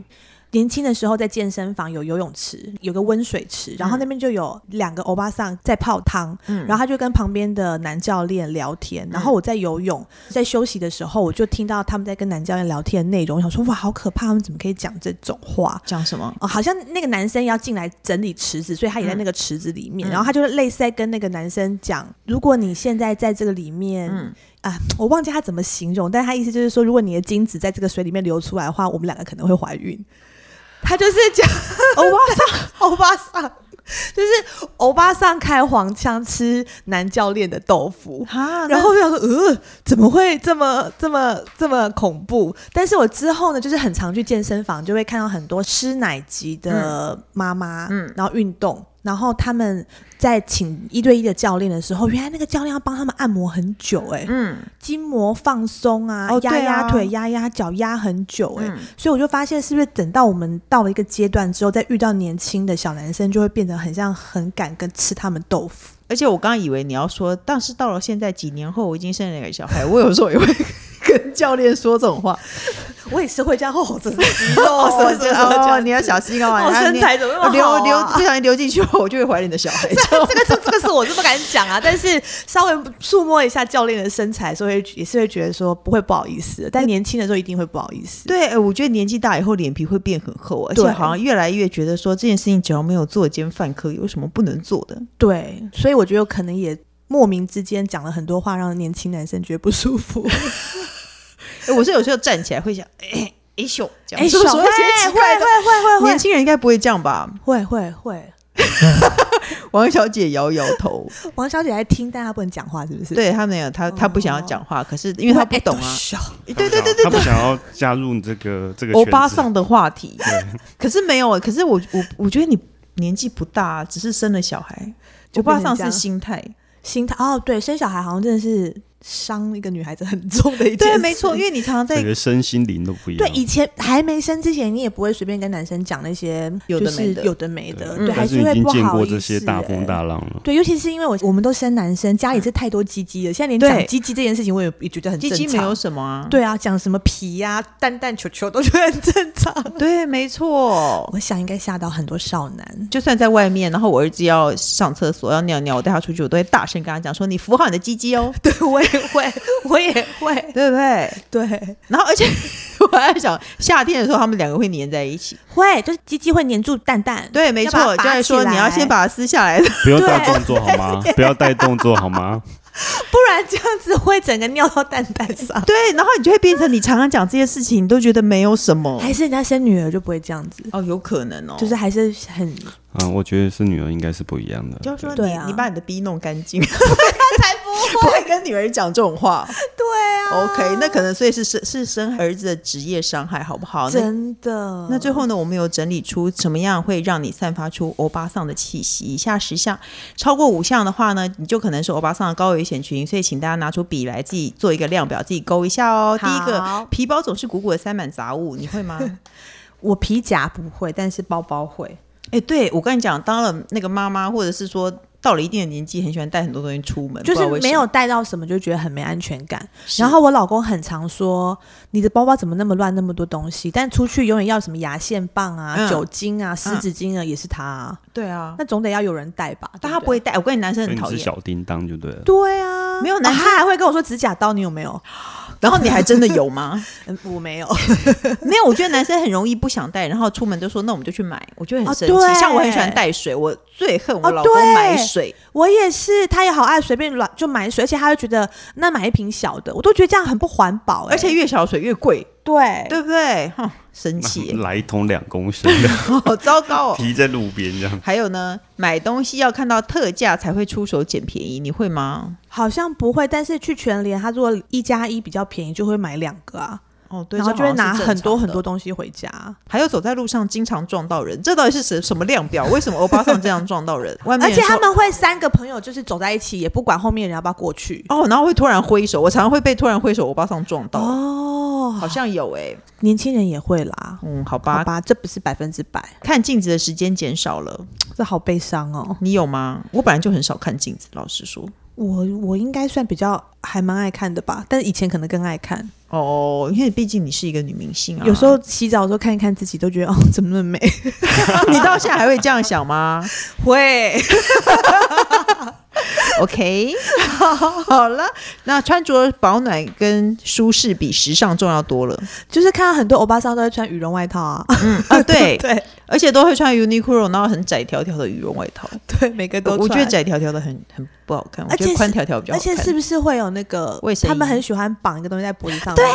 Speaker 2: 年轻的时候在健身房有游泳池，有个温水池，然后那边就有两个欧巴桑在泡汤，然后他就跟旁边的男教练聊天，然后我在游泳，在休息的时候，我就听到他们在跟男教练聊天的内容，我想说哇，好可怕，他们怎么可以讲这种话？
Speaker 1: 讲什么？
Speaker 2: 哦，好像那个男生要进来整理池子，所以他也在那个池子里面，然后他就是类似在跟那个男生讲，如果你现在在这个里面，啊，我忘记他怎么形容，但他意思就是说，如果你的精子在这个水里面流出来的话，我们两个可能会怀孕。他就是讲 欧巴桑，欧巴桑。就是欧巴桑开黄腔吃男教练的豆腐，
Speaker 1: 啊，
Speaker 2: 然
Speaker 1: 然
Speaker 2: 后
Speaker 1: 后
Speaker 2: 我想说，呃，怎么会这么这么这么恐怖？但是我之后呢，就是很常去健身房，就会看到很多吃奶级的妈妈，嗯，然后运动，然后他们在请一对一的教练的时候，原来那个教练要帮他们按摩很久、哎、
Speaker 1: 嗯，
Speaker 2: 筋膜放松啊，
Speaker 1: 哦
Speaker 2: 压
Speaker 1: 对
Speaker 2: 压
Speaker 1: 啊嗯
Speaker 2: 腿、压压脚、压很久、哎、所以我就发现，是不是等到我们到了一个阶段之后，再遇到年轻的小男生，就会变得很像很敢跟吃他们豆腐。
Speaker 1: 而且我刚刚以为你要说，但是到了现在几年后，我已经生了两个小孩，我有时候也会 跟教练说这种话，哦
Speaker 2: 我也是会这样，哦， 真的肌肉，我
Speaker 1: 就
Speaker 2: 真的会这样
Speaker 1: 你要小心哦，
Speaker 2: 我
Speaker 1: 啊
Speaker 2: 身
Speaker 1: 你
Speaker 2: 材怎么那么
Speaker 1: 我流
Speaker 2: 好啊
Speaker 1: 流不小心流进去，我就会怀你的小 孩。
Speaker 2: 这个是这个是我是不敢讲啊，但是稍微触摸一下教练的身材，所以也是会觉得说不会不好意思的，但年轻的时候一定会不好意思。
Speaker 1: 对，哎我觉得年纪大以后脸皮会变很厚，啊而且
Speaker 2: 对
Speaker 1: 好像越来越觉得说这件事情只要没有作奸犯科，有什么不能做 的？
Speaker 2: 对，所以我觉得可能也莫名之间讲了很多话，让年轻男生觉得不舒 服。
Speaker 1: 哎我是有时候站起来会想，哎、哎咻，这样
Speaker 2: 哎
Speaker 1: 是不是说一些
Speaker 2: 会会
Speaker 1: 奇怪的。
Speaker 2: 会会
Speaker 1: 年轻人应该不会这样吧？
Speaker 2: 会会会会。
Speaker 1: 王小姐摇摇头，
Speaker 2: 王小姐在听，但她不能讲话，是不 是？，
Speaker 1: 对她没有，她她不想要讲
Speaker 2: 哦
Speaker 1: 话，可是因为她不懂啊，对对对对
Speaker 3: 他不想要加入这个这个
Speaker 1: 欧
Speaker 3: 圈
Speaker 1: 巴
Speaker 3: 子
Speaker 1: 桑的话题。 可是没有，可是我我我觉得你年纪不大，啊只是生了小孩，
Speaker 2: 就
Speaker 1: 欧巴桑
Speaker 2: 变成这样
Speaker 1: 是心态。
Speaker 2: 心态哦，对，生小孩好像真的是伤一个女孩子很重的一件
Speaker 1: 对，啊
Speaker 2: 事。
Speaker 1: 没错，因为你常常在
Speaker 3: 整个身心灵都不一样。
Speaker 2: 对，以前还没生之前，你也不会随便跟男生讲那些
Speaker 1: 有的
Speaker 2: 就是
Speaker 1: 没的
Speaker 2: 有的没的，
Speaker 3: 对
Speaker 2: 对，还
Speaker 3: 但
Speaker 2: 是
Speaker 3: 你已
Speaker 2: 会
Speaker 3: 经
Speaker 2: 不好意
Speaker 3: 见
Speaker 2: 思、
Speaker 3: 过这些大风
Speaker 2: 欸
Speaker 3: 大浪了。
Speaker 2: 对，尤其是因为我我们都生男生，家里是太多鸡鸡了，现在连讲
Speaker 1: 对
Speaker 2: 鸡鸡这件事情，我也也觉得很
Speaker 1: 鸡
Speaker 2: 正常。
Speaker 1: 鸡没有什么啊。
Speaker 2: 对啊，讲什么皮呀、蛋蛋、球球都觉得很正常。
Speaker 1: 对，没错。
Speaker 2: 我想应该吓到很多少男。
Speaker 1: 就算在外面，然后我儿子要上厕所要尿尿，我带他出去，我都会大声跟他讲说：“你扶好你的鸡鸡哦，
Speaker 2: 对， 我也会，我也会，
Speaker 1: 对不对
Speaker 2: 对，？”
Speaker 1: 然后，而且 我还想，夏天的时候他们两个会粘在一起。
Speaker 2: 会就是鸡鸡会粘住蛋蛋。
Speaker 1: 对，没
Speaker 2: 要
Speaker 1: 错，
Speaker 2: 把它拔
Speaker 1: 就在
Speaker 2: 起
Speaker 1: 说你要
Speaker 2: 来
Speaker 1: 先把它撕下来的。
Speaker 3: 不要带动作好吗？不要带动作好吗？
Speaker 2: 不然这样子会整个尿到蛋蛋上。
Speaker 1: 对，然后你就会变成你常常讲这些事情，你都觉得没有什么。
Speaker 2: 还是人家生女儿就不会这样子，
Speaker 4: 哦，有可能哦，
Speaker 2: 就是还是 很
Speaker 3: 嗯，我觉得是女儿应该是不一样的。
Speaker 1: 就说
Speaker 2: 对
Speaker 1: 你、
Speaker 2: 啊
Speaker 1: 你把你的逼弄干 净，他才不会不会跟女儿讲这种话。
Speaker 2: 对啊，
Speaker 1: OK，那可能所以是是是生儿子的职业伤害，好不好？那
Speaker 2: 真的。
Speaker 1: 那最后呢，我们有整理出什么样会让你散发出欧巴桑的气息？以下十项，超过五项的话呢，你就可能是欧巴桑的高危险群，所以请大家拿出笔来自己做一个量表，自己勾一下哦。第
Speaker 2: 好
Speaker 1: 一个，皮包总是鼓鼓的塞满杂物，你会吗？
Speaker 2: 我皮夹不会，但是包包会。
Speaker 1: 哎、对我跟你讲，当了那个妈妈，或者是说到了一定的年纪，很喜欢带很多东西出门，
Speaker 2: 就是
Speaker 1: 不知道为什么
Speaker 2: 没有带到什么就觉得很没安全感。然后我老公很常说：“你的包包怎么那么乱，那么多东西？”但出去永远要什么牙线棒啊、
Speaker 1: 嗯
Speaker 2: 酒精啊、湿纸巾啊，也是他、啊，
Speaker 1: 对啊，
Speaker 2: 那总得要有人带吧？
Speaker 1: 但
Speaker 2: 对
Speaker 1: 他
Speaker 2: 对
Speaker 1: 不会带。我跟你男生
Speaker 3: 所
Speaker 1: 很
Speaker 3: 以你
Speaker 1: 讨
Speaker 3: 是
Speaker 1: 厌，
Speaker 3: 小叮当就对 了。
Speaker 2: 对啊，
Speaker 1: 没有
Speaker 2: 啊
Speaker 1: 男生
Speaker 2: 他还会跟我说指甲刀，你有没有？
Speaker 1: 然后你还真的有吗？
Speaker 2: 嗯，我没有。
Speaker 1: 没有，我觉得男生很容易不想带，然后出门就说那我们就去买，我觉得很
Speaker 2: 哦
Speaker 1: 生气。
Speaker 2: 对
Speaker 1: 像我很喜欢带水，我最恨我
Speaker 2: 哦
Speaker 1: 老公
Speaker 2: 对
Speaker 1: 买水。
Speaker 2: 我也是，他也好爱随便乱就买水，而且他会觉得那买一瓶小的，我都觉得这样很不环保、欸
Speaker 1: 而且越小水越贵，
Speaker 2: 对
Speaker 1: 对不对？哼，生气，
Speaker 3: 来一桶两公升的，
Speaker 1: 好 糟糕 哦。
Speaker 3: 提在路边这样。
Speaker 1: 还有呢，买东西要看到特价才会出手捡便宜，你会吗？
Speaker 2: 好像不会，但是去全联，他如果一加一比较便宜，就会买两个啊，
Speaker 1: 哦，对，
Speaker 2: 然后
Speaker 1: 这
Speaker 2: 就会
Speaker 1: 好像
Speaker 2: 拿
Speaker 1: 是正
Speaker 2: 很多
Speaker 1: 常
Speaker 2: 很
Speaker 1: 的
Speaker 2: 多，东西回家。
Speaker 1: 还有走在路上经常撞到人，这到底是什什么量表？为什么欧巴桑这样撞到 人？外面
Speaker 2: 而且
Speaker 1: 人说
Speaker 2: 他们会三个朋友就是走在一起，也不管后面人要不要过去。
Speaker 1: 哦，然后会突然挥手，我常常会被突然挥手欧巴桑撞到，
Speaker 2: 哦，
Speaker 1: 好像有哎、
Speaker 2: 年轻人也会啦，
Speaker 1: 嗯，好吧，
Speaker 2: 好吧，这不是百分之百，
Speaker 1: 看镜子的时间减少了，
Speaker 2: 这好悲伤哦。
Speaker 1: 你有吗？我本来就很少看镜子，老实说。
Speaker 2: 我我应该算比较还蛮爱看的吧，但以前可能更爱看，
Speaker 1: 哦，因为毕竟你是一个女明星啊，
Speaker 2: 有时候洗澡的时候看一看自己，都觉得哦 怎么那么美，
Speaker 1: 你到现在还会这样想 吗
Speaker 2: 会
Speaker 1: ？OK，好了，那穿着保暖跟舒适比时尚重要多了
Speaker 2: 就是看到很多欧巴桑都会穿羽绒外套啊，
Speaker 1: 啊！对，
Speaker 2: 对
Speaker 1: 而且都会穿 Uniqlo，然后很窄条条的羽绒外套，
Speaker 2: 对，每个都
Speaker 1: 我我觉
Speaker 2: 穿
Speaker 1: 得窄条条的很很不好看，我
Speaker 2: 而
Speaker 1: 觉
Speaker 2: 且
Speaker 1: 得
Speaker 2: 是
Speaker 1: 宽条条比较
Speaker 2: 而
Speaker 1: 好看。
Speaker 2: 且 是不是会有那个
Speaker 1: 卫生
Speaker 2: 他们
Speaker 1: 衣
Speaker 2: 很喜欢绑一个东西在脖子上？对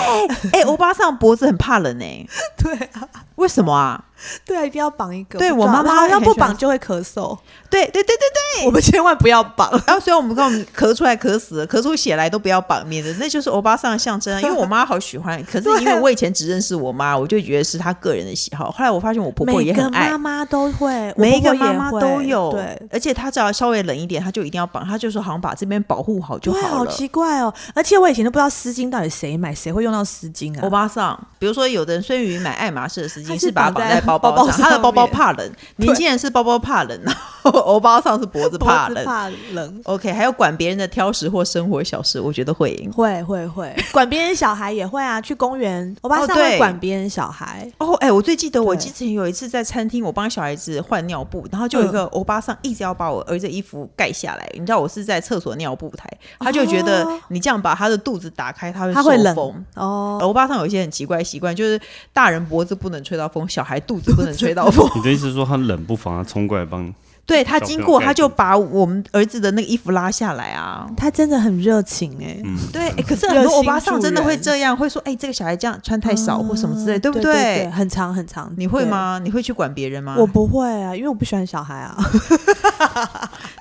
Speaker 1: 哎、欧巴桑脖子很怕冷哎、
Speaker 2: 对啊，
Speaker 1: 为什么啊？
Speaker 2: 对啊，一定要绑一个。
Speaker 1: 对
Speaker 2: 不知道
Speaker 1: 我妈妈
Speaker 2: 然后
Speaker 1: 也
Speaker 2: 要
Speaker 1: 很
Speaker 2: 不
Speaker 1: 喜欢
Speaker 2: 绑就会 咳嗽，
Speaker 1: 对对对对对，
Speaker 2: 我们千万不要绑。
Speaker 1: 然后，所以我们看我们咳出来、咳死了、咳出血来都不要绑，免得那就是欧巴桑的象 征啊。因为我妈好喜欢，可是因为我以前只认识我妈，我就觉得是她个人的喜好。后来我发现我婆婆也
Speaker 2: 每
Speaker 1: 很
Speaker 2: 个
Speaker 1: 爱
Speaker 2: 妈，妈都会，我
Speaker 1: 每一个
Speaker 2: 婆婆
Speaker 1: 妈
Speaker 2: 也
Speaker 1: 妈
Speaker 2: 会
Speaker 1: 都有。
Speaker 2: 对。
Speaker 1: 而且她只要稍微冷一点，她就一定要绑，她就说好像把这边保护好就
Speaker 2: 对，
Speaker 1: 好
Speaker 2: 好
Speaker 1: 了。
Speaker 2: 奇怪哦！而且我以前都不知道丝巾到底谁买，谁会用到丝巾啊？
Speaker 1: 欧巴桑，比如说有的人孙宇买爱马仕的丝
Speaker 2: 他
Speaker 1: 巾
Speaker 2: 是
Speaker 1: 是把它
Speaker 2: 绑
Speaker 1: 绑
Speaker 2: 在
Speaker 1: 在包
Speaker 2: 包包
Speaker 1: 上，他的
Speaker 2: 上
Speaker 1: 包包
Speaker 2: 面
Speaker 1: 怕冷，年轻人是包包怕冷， 然后欧巴桑是脖子
Speaker 2: 脖
Speaker 1: 怕
Speaker 2: 子
Speaker 1: 冷。
Speaker 2: 怕冷，
Speaker 1: OK，还有管别人的挑食或生活小事，我觉得会赢。
Speaker 2: 会 会会，管别人小孩也会啊。去公园，欧巴
Speaker 1: 哦
Speaker 2: 桑
Speaker 1: 对
Speaker 2: 会管别人小孩，
Speaker 1: 哦，哎、我最记得我
Speaker 2: 对
Speaker 1: 之前有一次在餐厅，我帮小孩子换尿布，然后就有
Speaker 2: 嗯
Speaker 1: 一个欧巴桑一直要把我儿子的衣服盖下来。你知道我是在厕所尿布台，他就觉得
Speaker 2: 哦
Speaker 1: 你这样把他的肚子打开，他会
Speaker 2: 他会
Speaker 1: 受
Speaker 2: 冷
Speaker 1: 风。
Speaker 2: 哦。
Speaker 1: 欧巴桑有一些很奇怪的习惯，就是大人脖子不能吹到风，小孩肚子不能吹 到风。
Speaker 3: 你的意思是说他冷不防他冲过来帮？
Speaker 1: 对他
Speaker 3: 小
Speaker 1: 经
Speaker 3: 朋友
Speaker 1: 过，
Speaker 3: 盖
Speaker 1: 他就
Speaker 3: 住
Speaker 1: 把我们儿子的那个衣服拉下来啊。
Speaker 2: 他真的很热情哎、
Speaker 3: 嗯，
Speaker 1: 对，哎可是
Speaker 2: 热
Speaker 1: 很多欧
Speaker 2: 心
Speaker 1: 巴桑
Speaker 2: 助
Speaker 1: 真的会
Speaker 2: 人
Speaker 1: 这样，会说：“哎、这个小孩这样穿太少、或什么之类，嗯对不
Speaker 2: 对很长很长，
Speaker 1: 你会
Speaker 2: 对？
Speaker 1: 吗？你会去管别人吗？
Speaker 2: 我不会啊，因为我不喜欢小孩啊。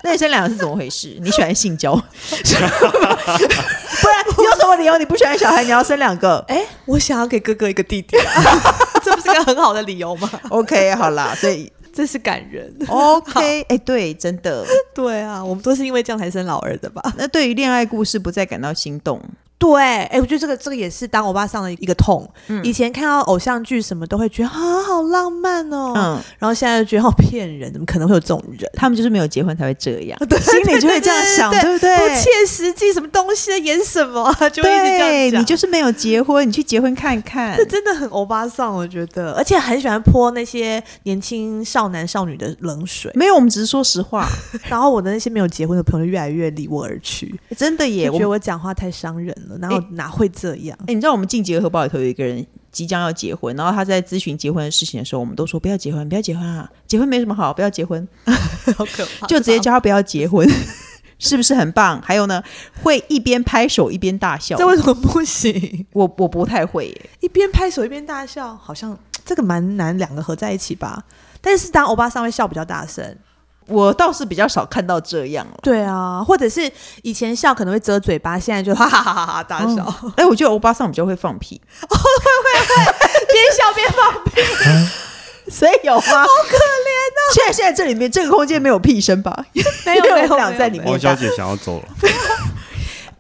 Speaker 1: 那你生两个是怎么回 事？你喜欢性交，不然你有什么理由你不喜欢小孩？你要生两个
Speaker 2: 哎、我想要给哥哥一个弟弟、啊，这不是个很好的理由吗？
Speaker 1: ？OK，好啦，所以
Speaker 2: 这是感人。
Speaker 1: OK，哎、对，真的。
Speaker 2: 对啊，我们都是因为这样才生老二的吧？
Speaker 1: 那对于恋爱故事不再感到心动，
Speaker 2: 对，哎、我觉得这个这个也是当欧巴桑的一个痛。以前看到偶像剧什么都会觉得啊，好浪漫哦，
Speaker 1: 嗯，
Speaker 2: 然后现在就觉得好骗人，怎么可能会有这种人？
Speaker 1: 他们就是没有结婚才会这样，心里就会这样想，对不对？
Speaker 2: 不切实际，什么东西在演什么啊、就会一直这样
Speaker 1: 对
Speaker 2: 讲。
Speaker 1: 你就是没有结婚，你去结婚看 看
Speaker 2: 这。真的很欧巴桑，我觉得，而且很喜欢泼那些年轻少男少女的冷 水。
Speaker 1: 没有，我们只是说实 话，
Speaker 2: 然后我的那些没有结婚的朋友越来越离我而去，
Speaker 1: 真的耶。
Speaker 2: 也
Speaker 1: 我
Speaker 2: 觉
Speaker 1: 们
Speaker 2: 得我讲话太伤人了，然后
Speaker 1: 哎
Speaker 2: 哪会这样？
Speaker 1: 哎、你知道我们进结合报里头有一个人即将要结婚，然后他在咨询结婚的事情的时候，我们都说不要结婚，不要结婚啊，结婚没什么好，不要结婚，
Speaker 2: 好可怕！
Speaker 1: 就直接叫他不要结婚。 是不是很棒？还有呢，会一边拍手一边大 笑。
Speaker 2: 这为什么不行？
Speaker 1: 我我不太会耶，
Speaker 2: 一边拍手一边大笑，好像这个蛮难两个合在一起吧。但是当欧巴桑会笑比较大声，
Speaker 1: 我倒是比较少看到这 样了。
Speaker 2: 对啊，或者是以前笑可能会遮嘴巴，现在就哈哈哈哈哈大笑，
Speaker 1: 哎，我觉得欧巴桑比较会放屁，
Speaker 2: 哦边笑边放屁，
Speaker 1: 所以有吗？
Speaker 2: 好可怜啊！
Speaker 1: 现在现在这里面这个空间没有屁声吧？
Speaker 2: 没
Speaker 1: 因
Speaker 2: 有
Speaker 1: 为
Speaker 2: 没有
Speaker 1: 我们俩在里
Speaker 2: 没有
Speaker 1: 面
Speaker 3: 王小姐想要走了，
Speaker 1: 啊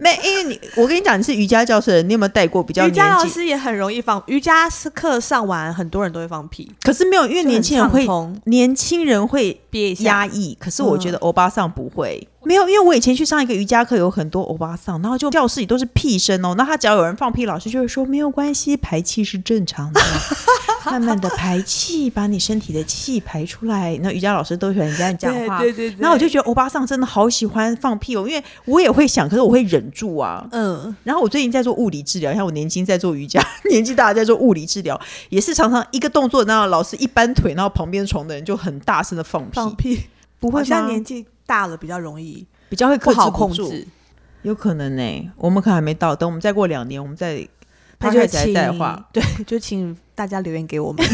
Speaker 1: 没，因为你我跟你讲，你是瑜伽教师，你有没有带过比较
Speaker 2: 瑜伽
Speaker 1: 年
Speaker 2: 老
Speaker 1: 纪
Speaker 2: 师也很容易放，瑜伽课上完很多人都会放屁，
Speaker 1: 可是没有，因为
Speaker 2: 就很
Speaker 1: 年轻人会
Speaker 2: 畅通
Speaker 1: 年轻人会
Speaker 2: 憋一下
Speaker 1: 压抑，可是我觉得
Speaker 2: 嗯
Speaker 1: 欧巴桑不会。没有，因为我以前去上一个瑜伽课，有很多欧巴桑，然后就教室里都是屁声哦。那他只要有人放屁，老师就会说没有关系，排气是正常 的，慢慢的排气，把你身体的气排出来。那瑜伽老师都喜欢这样讲话，
Speaker 2: 对对对对
Speaker 1: 然后我就觉得欧巴桑真的好喜欢放屁哦，因为我也会想，可是我会忍住啊。
Speaker 2: 嗯，
Speaker 1: 然后我最近在做物理治疗，像我年轻在做瑜伽， 年纪大了在做物理治疗，也是常常一个动作，然后老师一搬腿，然后旁边床的人就很大声的放屁，
Speaker 2: 放屁
Speaker 1: 不
Speaker 2: 好
Speaker 1: 会
Speaker 2: 像
Speaker 1: 吗？
Speaker 2: 年纪大了比较容易
Speaker 1: 比较会克
Speaker 2: 不
Speaker 1: 制
Speaker 2: 好控
Speaker 1: 住，
Speaker 2: 制，
Speaker 1: 有可能呢、我们可还没到，等我们再过两年，我们再
Speaker 2: 那就
Speaker 1: 开始
Speaker 2: 请
Speaker 1: 带话，
Speaker 2: 对，就请大家留言给 我们，你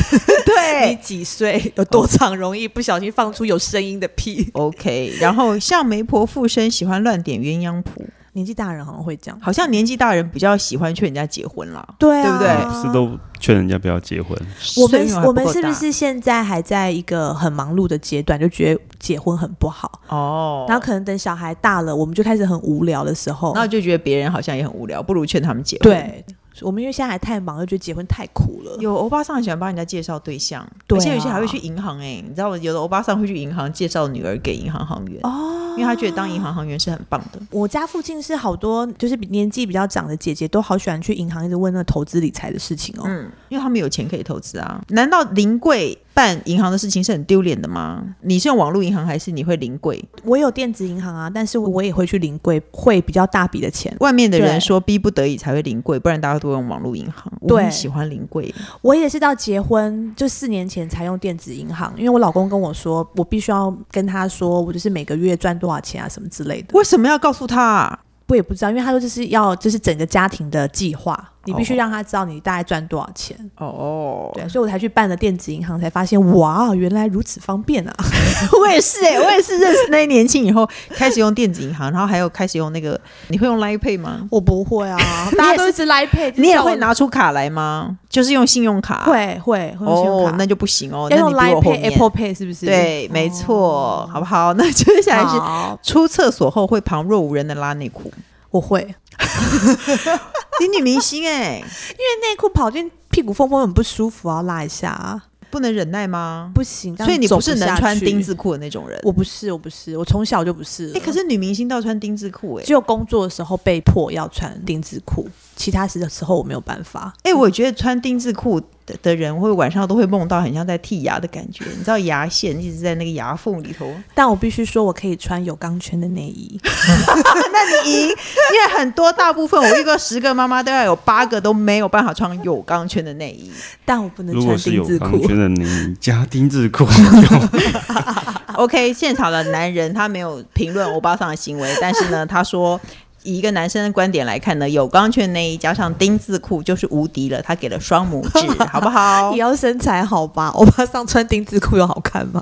Speaker 1: 对。
Speaker 2: 几岁，有多长容易不小心放出有声音的屁？
Speaker 1: OK，然后像媒婆附身喜欢乱点鸳鸯谱，
Speaker 2: 年纪大人好像会这样，
Speaker 1: 好像年纪大人比较喜欢劝人家结婚啦。
Speaker 2: 对啊，
Speaker 1: 对不对
Speaker 3: 是都劝人家不要结婚。
Speaker 2: 我
Speaker 1: 岁
Speaker 2: 们
Speaker 1: 数还不
Speaker 2: 我们
Speaker 1: 够
Speaker 2: 是不
Speaker 1: 大
Speaker 2: 是现在还在一个很忙碌的阶段，就觉得结婚很不好？
Speaker 1: 哦？
Speaker 2: 然后可能等小孩大了，我们就开始很无聊的时候
Speaker 1: 然，后就觉得别人好像也很无聊，不如劝他们结婚。，
Speaker 2: 对，我们因为现在还太忙，又觉得结婚太苦了。
Speaker 1: 有欧巴桑很喜欢帮人家介绍对象，
Speaker 2: 对啊
Speaker 1: 而且有些还会去银行哎、你知道吗？有的欧巴桑会去银行介绍女儿给银行行员哦，因为他觉得当银行行员是很棒的。
Speaker 2: 我家附近是好多就是比年纪比较长的姐姐都好喜欢去银行一直问那投资理财的事情哦。
Speaker 1: 嗯，因为他们有钱可以投资啊。难道临柜办银行的事情是很丢脸的吗？你是用网络银行还是你会临柜？
Speaker 2: 我有电子银行啊，但是我也会去临柜汇比较大笔的钱。
Speaker 1: 外面的
Speaker 2: 对
Speaker 1: 人说逼不得已才会临柜，不然大家都用网络银行。我
Speaker 2: 对
Speaker 1: 很喜欢临柜，
Speaker 2: 我也是到结婚就四年前才用电子银行，因为我老公跟我说，我必须要跟他说，我就是每个月赚多少钱啊什么之类的。
Speaker 1: 为什么要告诉他、啊？
Speaker 2: 我也不知道，因为他说就是要就是整个家庭的计划，你必须
Speaker 1: 哦
Speaker 2: 让他知道你大概赚多少钱。
Speaker 1: 哦，
Speaker 2: 对，所以我才去办了电子银行，才发现哇，原来如此方便啊！
Speaker 1: 我也是哎、我也是认识那些年轻以后开始用电子银行，然后还有开始用那个，你会用 Line Pay 吗？
Speaker 2: 我不会 啊，
Speaker 1: 你
Speaker 2: 大家
Speaker 1: 也
Speaker 2: 都
Speaker 1: 是
Speaker 2: 一直来配，
Speaker 1: 你也会拿出卡来吗？就是用信用卡？
Speaker 2: 会会会用信用
Speaker 1: 哦
Speaker 2: 卡，
Speaker 1: 那就不行哦，
Speaker 2: 要用
Speaker 1: 那你比
Speaker 2: Line
Speaker 1: 我后
Speaker 2: Pay、
Speaker 1: 面。
Speaker 2: Apple Pay 是不是？
Speaker 1: 对，没错，好不好？ 那接下来是
Speaker 2: 哦好，
Speaker 1: 出厕所后会旁若无人的拉内裤，
Speaker 2: 我会，因
Speaker 1: 你女明星哎、
Speaker 2: 为内裤跑进屁股缝缝很不舒服，要拉一下啊，
Speaker 1: 不能忍耐吗？
Speaker 2: 不行。这样
Speaker 1: 所以你
Speaker 2: 走
Speaker 1: 不
Speaker 2: 不
Speaker 1: 是能
Speaker 2: 下
Speaker 1: 穿
Speaker 2: 去
Speaker 1: 丁？字裤的那种人。
Speaker 2: 我不是，我不是，我从小就不是了。
Speaker 1: 哎、可是女明星都要穿丁字裤哎、
Speaker 2: 只有工作的时候被迫要穿丁字裤，其他时的时候我没有办法。
Speaker 1: 哎、我觉得穿丁字裤的的人会晚上都会梦到很像在剔牙的感觉，你知道牙线一直在那个牙缝里头。
Speaker 2: 但我必须说，我可以穿有钢圈的内衣。
Speaker 1: 那你赢，因为很多大部分我遇过十个妈妈都要有八个都没有办法穿有钢圈的内衣。
Speaker 2: 但我不能
Speaker 3: 如果
Speaker 2: 穿
Speaker 3: 是
Speaker 2: 丁
Speaker 3: 有
Speaker 2: 字
Speaker 3: 钢
Speaker 2: 裤。
Speaker 3: 圈的你加丁 字裤，
Speaker 2: 啊
Speaker 1: OK，现场的男人他没有评论欧巴桑的行为，但是呢，他说。以一个男生的观点来看呢，有钢圈内衣加上丁字裤就是无敌了，他给了双拇指， 好不好
Speaker 2: 也？要身材好吧？欧巴桑穿丁字裤有好看吗？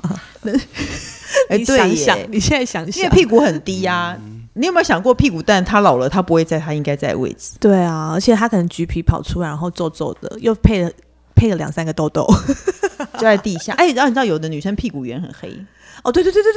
Speaker 1: 哎
Speaker 2: 你
Speaker 1: 对
Speaker 2: 想
Speaker 1: 耶
Speaker 2: 想，你现在想
Speaker 1: 因为
Speaker 2: 想，
Speaker 1: 屁股很低呀、你有没有想过屁股蛋他老了，他不会在他应该在的位置？
Speaker 2: 对啊，而且他可能橘皮跑出来，然后皱皱的，又配了配了两三个痘痘。
Speaker 1: 就在地下。哎，然后你知道有的女生屁股圆很黑，
Speaker 2: 哦，对对对对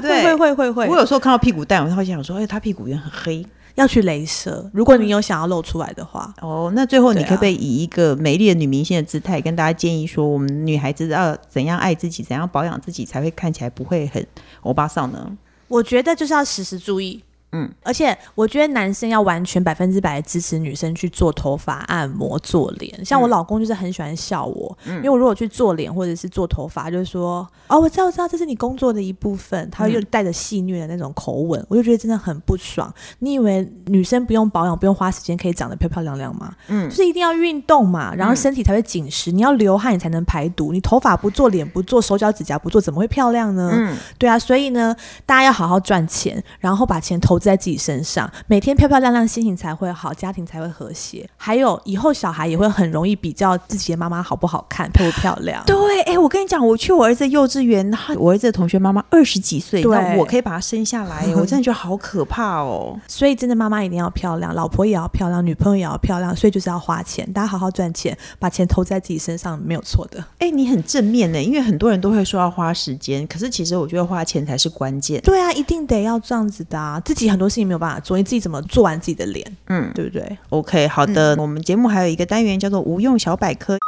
Speaker 1: 对不对
Speaker 2: 会会会会
Speaker 1: 我
Speaker 2: 会，
Speaker 1: 有时候看到屁股蛋，我会想说，哎，她屁股圆很黑。
Speaker 2: 要去镭射。如果你有想要露出来的话，
Speaker 1: 哦，那最后你
Speaker 2: 对啊
Speaker 1: 可不可以以一个美丽的女明星的姿态，跟大家建议说，我们女孩子要怎样爱自己，怎样保养自己，才会看起来不会很欧巴桑呢？
Speaker 2: 我觉得就是要时时注意。
Speaker 1: 嗯
Speaker 2: 而且我觉得男生要完全百分之百支持女生去做头发、按摩、做脸。像我
Speaker 1: 嗯
Speaker 2: 老公就是很喜欢笑我，因为我如果去做脸或者是做头发，就是说哦，我知道，我知道，这是你工作的一部分。他
Speaker 1: 嗯
Speaker 2: 又带着戏谑的那种口吻，我就觉得真的很不爽。你以为女生不用保养、不用花时间可以长得漂漂亮亮吗？嗯，就是一定要运动嘛，然后身体才会紧实，你要流汗你才能排毒。你头发不做、脸不做、手脚指甲不做，怎么会漂亮呢？
Speaker 5: 嗯
Speaker 2: 对啊，所以呢，大家要好好赚钱，然后把钱投资在自己身上，每天漂漂亮亮，心情才会好，家庭才会和谐。还有以后小孩也会很容易比较自己的妈妈好不好看、漂不漂亮。
Speaker 1: 对，哎、我跟你讲，我去我儿子幼稚园，他我儿子的同学妈妈二十几岁，
Speaker 2: 对
Speaker 1: 那我可以把他生下来，我真的觉得好可怕 哦。
Speaker 2: 所以真的妈妈一定要漂亮，老婆也要漂亮，女朋友也要漂亮，所以就是要花钱，大家好好赚钱，把钱投资在自己身上没有错的。
Speaker 1: 哎、你很正面呢，因为很多人都会说要花时间，可是其实我觉得花钱才是关键。
Speaker 2: 对啊，一定得要这样子的啊，自己很多事情没有办法做，你自己怎么做完自己的脸，
Speaker 1: 嗯
Speaker 2: 对不对？
Speaker 1: ，OK，好
Speaker 2: 嗯
Speaker 1: 的，我们节目还有一个单元叫做无用小百科。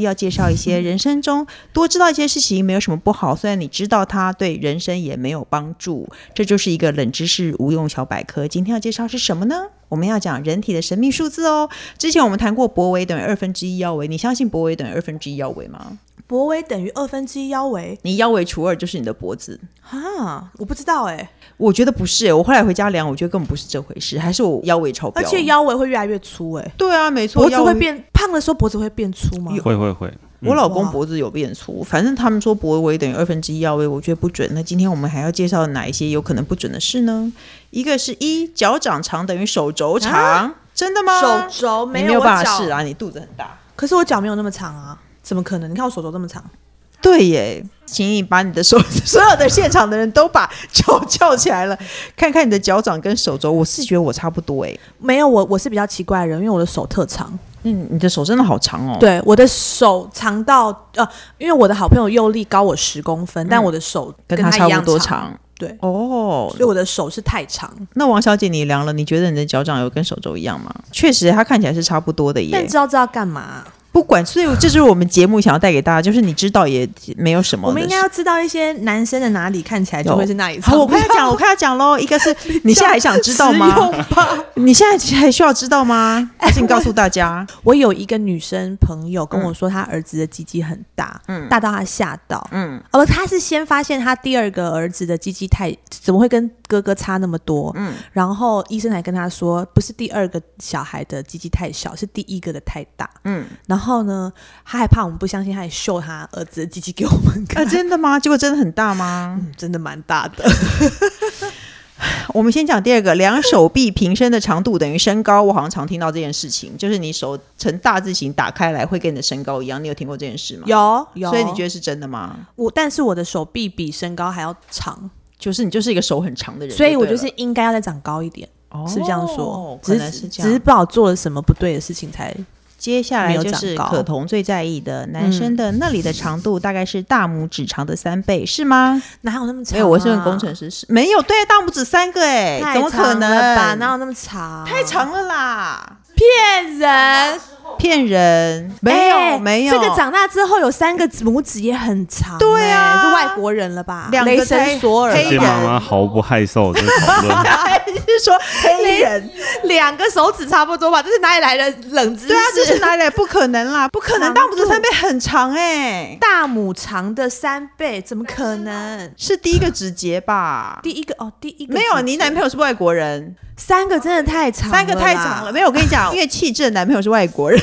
Speaker 1: 要介绍一些人生中多知道一些事情没有什么不好，虽然你知道它对人生也没有帮助，这就是一个冷知识无用小百科。今天要介绍是什么呢？我们要讲人体的神秘数字哦。之前我们谈过脖围等于二分之一腰围，你相信脖围等于二分之一腰围吗？
Speaker 2: 脖围等于二分之一腰围
Speaker 1: 你腰围除二就是你的脖子，
Speaker 2: 啊，我不知道哎、
Speaker 1: 我觉得不是、我后来回家量，我觉得根本不是这回事，还是我腰围超标。
Speaker 2: 而且腰围会越来越粗哎、
Speaker 1: 对啊，没错，
Speaker 2: 脖子
Speaker 1: 腰围
Speaker 2: 会变胖的时候，脖子会变粗吗？
Speaker 3: 会会会，
Speaker 1: 我老公
Speaker 2: 哇
Speaker 1: 脖子有变粗，反正他们说脖围等于二分之一腰围，我觉得不准。那今天我们还要介绍哪一些有可能不准的事呢？一个是一脚掌长等于手肘长，真的吗？
Speaker 2: 啊手肘
Speaker 1: 你
Speaker 2: 没
Speaker 1: 没有
Speaker 2: 有
Speaker 1: 办
Speaker 2: 我
Speaker 1: 法
Speaker 2: 脚
Speaker 1: 试啊，你肚子很大。
Speaker 2: 可是我脚没有那么长啊，怎么可能？你看我手肘这么长，
Speaker 1: 对耶，请你把你的手， 所有的现场的人都把脚翘起来了，看看你的脚掌跟手肘，我是觉得我差不多哎。
Speaker 2: 没有我我是比较奇怪的人，因为我的手特长，
Speaker 1: 嗯，你的手真的好长哦。
Speaker 2: 对我的手长到呃，因为我的好朋友佑力高我十公分，但我的手
Speaker 1: 跟
Speaker 2: 嗯他
Speaker 1: 他差
Speaker 2: 一
Speaker 1: 不
Speaker 2: 样
Speaker 1: 多
Speaker 2: 长，
Speaker 1: 长。
Speaker 2: 对，
Speaker 1: 哦，
Speaker 2: 所以我的手是太长。
Speaker 1: 那王小姐你量了，你觉得你的脚掌有跟手肘一样吗？确实，它看起来是差不多的耶。
Speaker 2: 但知道这要干嘛、啊
Speaker 1: 不管，所以这就是我们节目想要带给大家，就是你知道也没有什么
Speaker 2: 我
Speaker 1: 的。
Speaker 2: 们应该要知道一些男生的哪里看起来就
Speaker 1: 有
Speaker 2: 会是那里
Speaker 1: 好，
Speaker 2: 长。
Speaker 1: 我快要 讲，我快要讲喽。一个是你现在还想知道吗？你现在还需要知道吗？还是你告诉大家？
Speaker 2: 我有一个女生朋友跟我说，她儿子的鸡鸡很大，
Speaker 1: 嗯
Speaker 2: 大到她吓到，嗯，哦，不她是先发现她第二个儿子的鸡鸡太怎么会跟哥哥差那么多，嗯，然后医生还跟她说，不是第二个小孩的鸡鸡太小，是第一个的太大，嗯，然后呢，她还怕我们不相信，她还秀她儿子的鸡鸡 给我嗯们
Speaker 1: 啊，
Speaker 2: 看，
Speaker 1: 真的吗？结果真的很大吗？
Speaker 2: 真的蛮大的，
Speaker 1: 我们先讲第二个，两手臂平伸的长度等于身高。我好像常听到这件事情，就是你手呈大字形打开来会跟你的身高一样。你有听过这件事吗？
Speaker 2: 有有，
Speaker 1: 所以你觉
Speaker 2: 得
Speaker 1: 得是真的吗？
Speaker 2: 我，但是我的手臂比身高还要长，
Speaker 1: 就是你就是一个手很长的人，
Speaker 2: 所以我
Speaker 1: 对
Speaker 2: 就
Speaker 1: 了
Speaker 2: 是应该要再长高一点。
Speaker 1: 哦
Speaker 2: 是不是这样说，
Speaker 1: 可
Speaker 2: 只
Speaker 1: 能是这样
Speaker 2: 只是不好做了什么不对的事 情才
Speaker 1: 接下
Speaker 2: 没
Speaker 1: 来
Speaker 2: 有
Speaker 1: 就
Speaker 2: 长
Speaker 1: 是
Speaker 2: 高
Speaker 1: 可彤最在意的，男生的那里的长度大概是大拇指长的三倍，是吗？
Speaker 2: 哪有那么长、啊？
Speaker 1: 没有，我是问工程师，是没有对大拇指三个哎、
Speaker 2: 太
Speaker 1: 怎么可
Speaker 2: 长
Speaker 1: 能
Speaker 2: 了吧？哪有那么长？
Speaker 1: 太长了啦，
Speaker 2: 骗人！
Speaker 1: 骗人！ 没有、
Speaker 2: 哎
Speaker 1: 没有，
Speaker 2: 这个长大之后有三个拇指也很长、
Speaker 1: 对啊
Speaker 2: 哎是外国人了吧？
Speaker 1: 两个
Speaker 2: 雷
Speaker 1: 才
Speaker 2: 神索尔
Speaker 1: 黑
Speaker 3: 这些
Speaker 1: 人
Speaker 3: 妈妈毫不害臊这 讨论。
Speaker 1: 啊还是说黑人？
Speaker 2: 两个手指差不多吧？这是哪里来的冷知识？
Speaker 1: 对啊，这是哪里来？不可能 啦，不可能！大拇指三倍很长哎、
Speaker 2: 大拇长的三倍，怎么可能？
Speaker 1: 是第一个指节吧？
Speaker 2: 第一个哦，第一个
Speaker 1: 没有，
Speaker 2: 指
Speaker 1: 你男朋友是外国人，
Speaker 2: 三个真的太长了啦，
Speaker 1: 三个太长了。没有，我跟你 讲，因为气质的男朋友是外国人。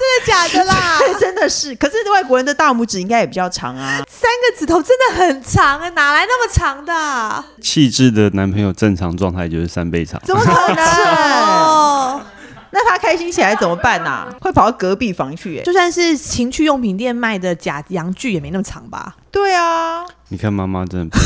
Speaker 2: 真的假 的啦？
Speaker 1: 对，真的是。可是外国人的大拇指应该也比较长 啊。
Speaker 2: 三个指头真的很长啊，哪来那么长的啊、
Speaker 3: 气质的男朋友正常状态就是三倍长，
Speaker 1: 怎么可能？
Speaker 2: 哦，
Speaker 1: 那他开心起来怎么办呐、会跑到隔壁房去、欸？
Speaker 2: 就算是情趣用品店卖的假洋具也没那么长吧？
Speaker 1: 对 啊，
Speaker 3: 你看妈妈真的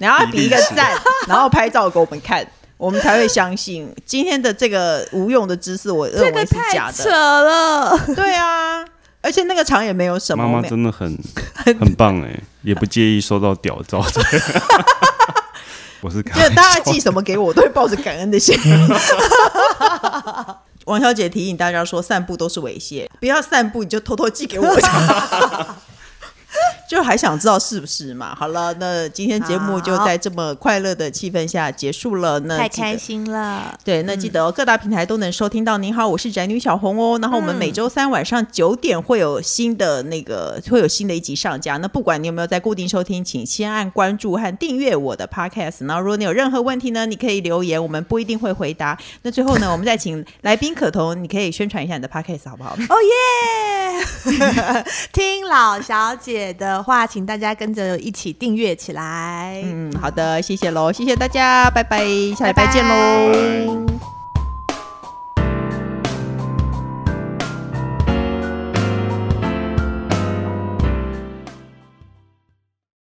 Speaker 1: 然后比一个赞，然后拍照给我们看，我们才会相信今天的这个无用的知识，我认为是假
Speaker 2: 太扯
Speaker 1: 的。
Speaker 2: 了，
Speaker 1: 对啊，而且那个长也没有什么。
Speaker 3: 妈妈
Speaker 1: 我们
Speaker 3: 真 的很很棒哎、也不介意收到屌照。 对我是 开
Speaker 1: 就
Speaker 3: 玩
Speaker 1: 大
Speaker 3: 笑
Speaker 1: 家寄什么给我，我都会抱着感恩的 心。王小姐提醒大家说，散步都是猥亵，不要散步你就偷偷寄给我。 就还想知道是不是嘛？好了，那今天节目就在这么快乐的气氛下结束了。那
Speaker 2: 太
Speaker 1: 记得
Speaker 2: 开心了，
Speaker 1: 对，那记得、哦各大平台都能收听到。您好，我是宅女小红哦。然后我们每周三晚上九点会有新的那个，会有新的一集上架。那不管你有没有在固定收听，请先按关注和订阅我的 podcast。然后如果你有任何问题呢，你可以留言，我们不一定会回答。那最后呢，我们再请来宾可彤，你可以宣传一下你的 podcast 好不好？
Speaker 2: 哦耶！ 听老小姐的话，请大家跟着一起订阅起来。
Speaker 1: 嗯嗯，好的，谢谢喽，谢谢大家，拜拜，下礼拜见喽。
Speaker 3: 拜。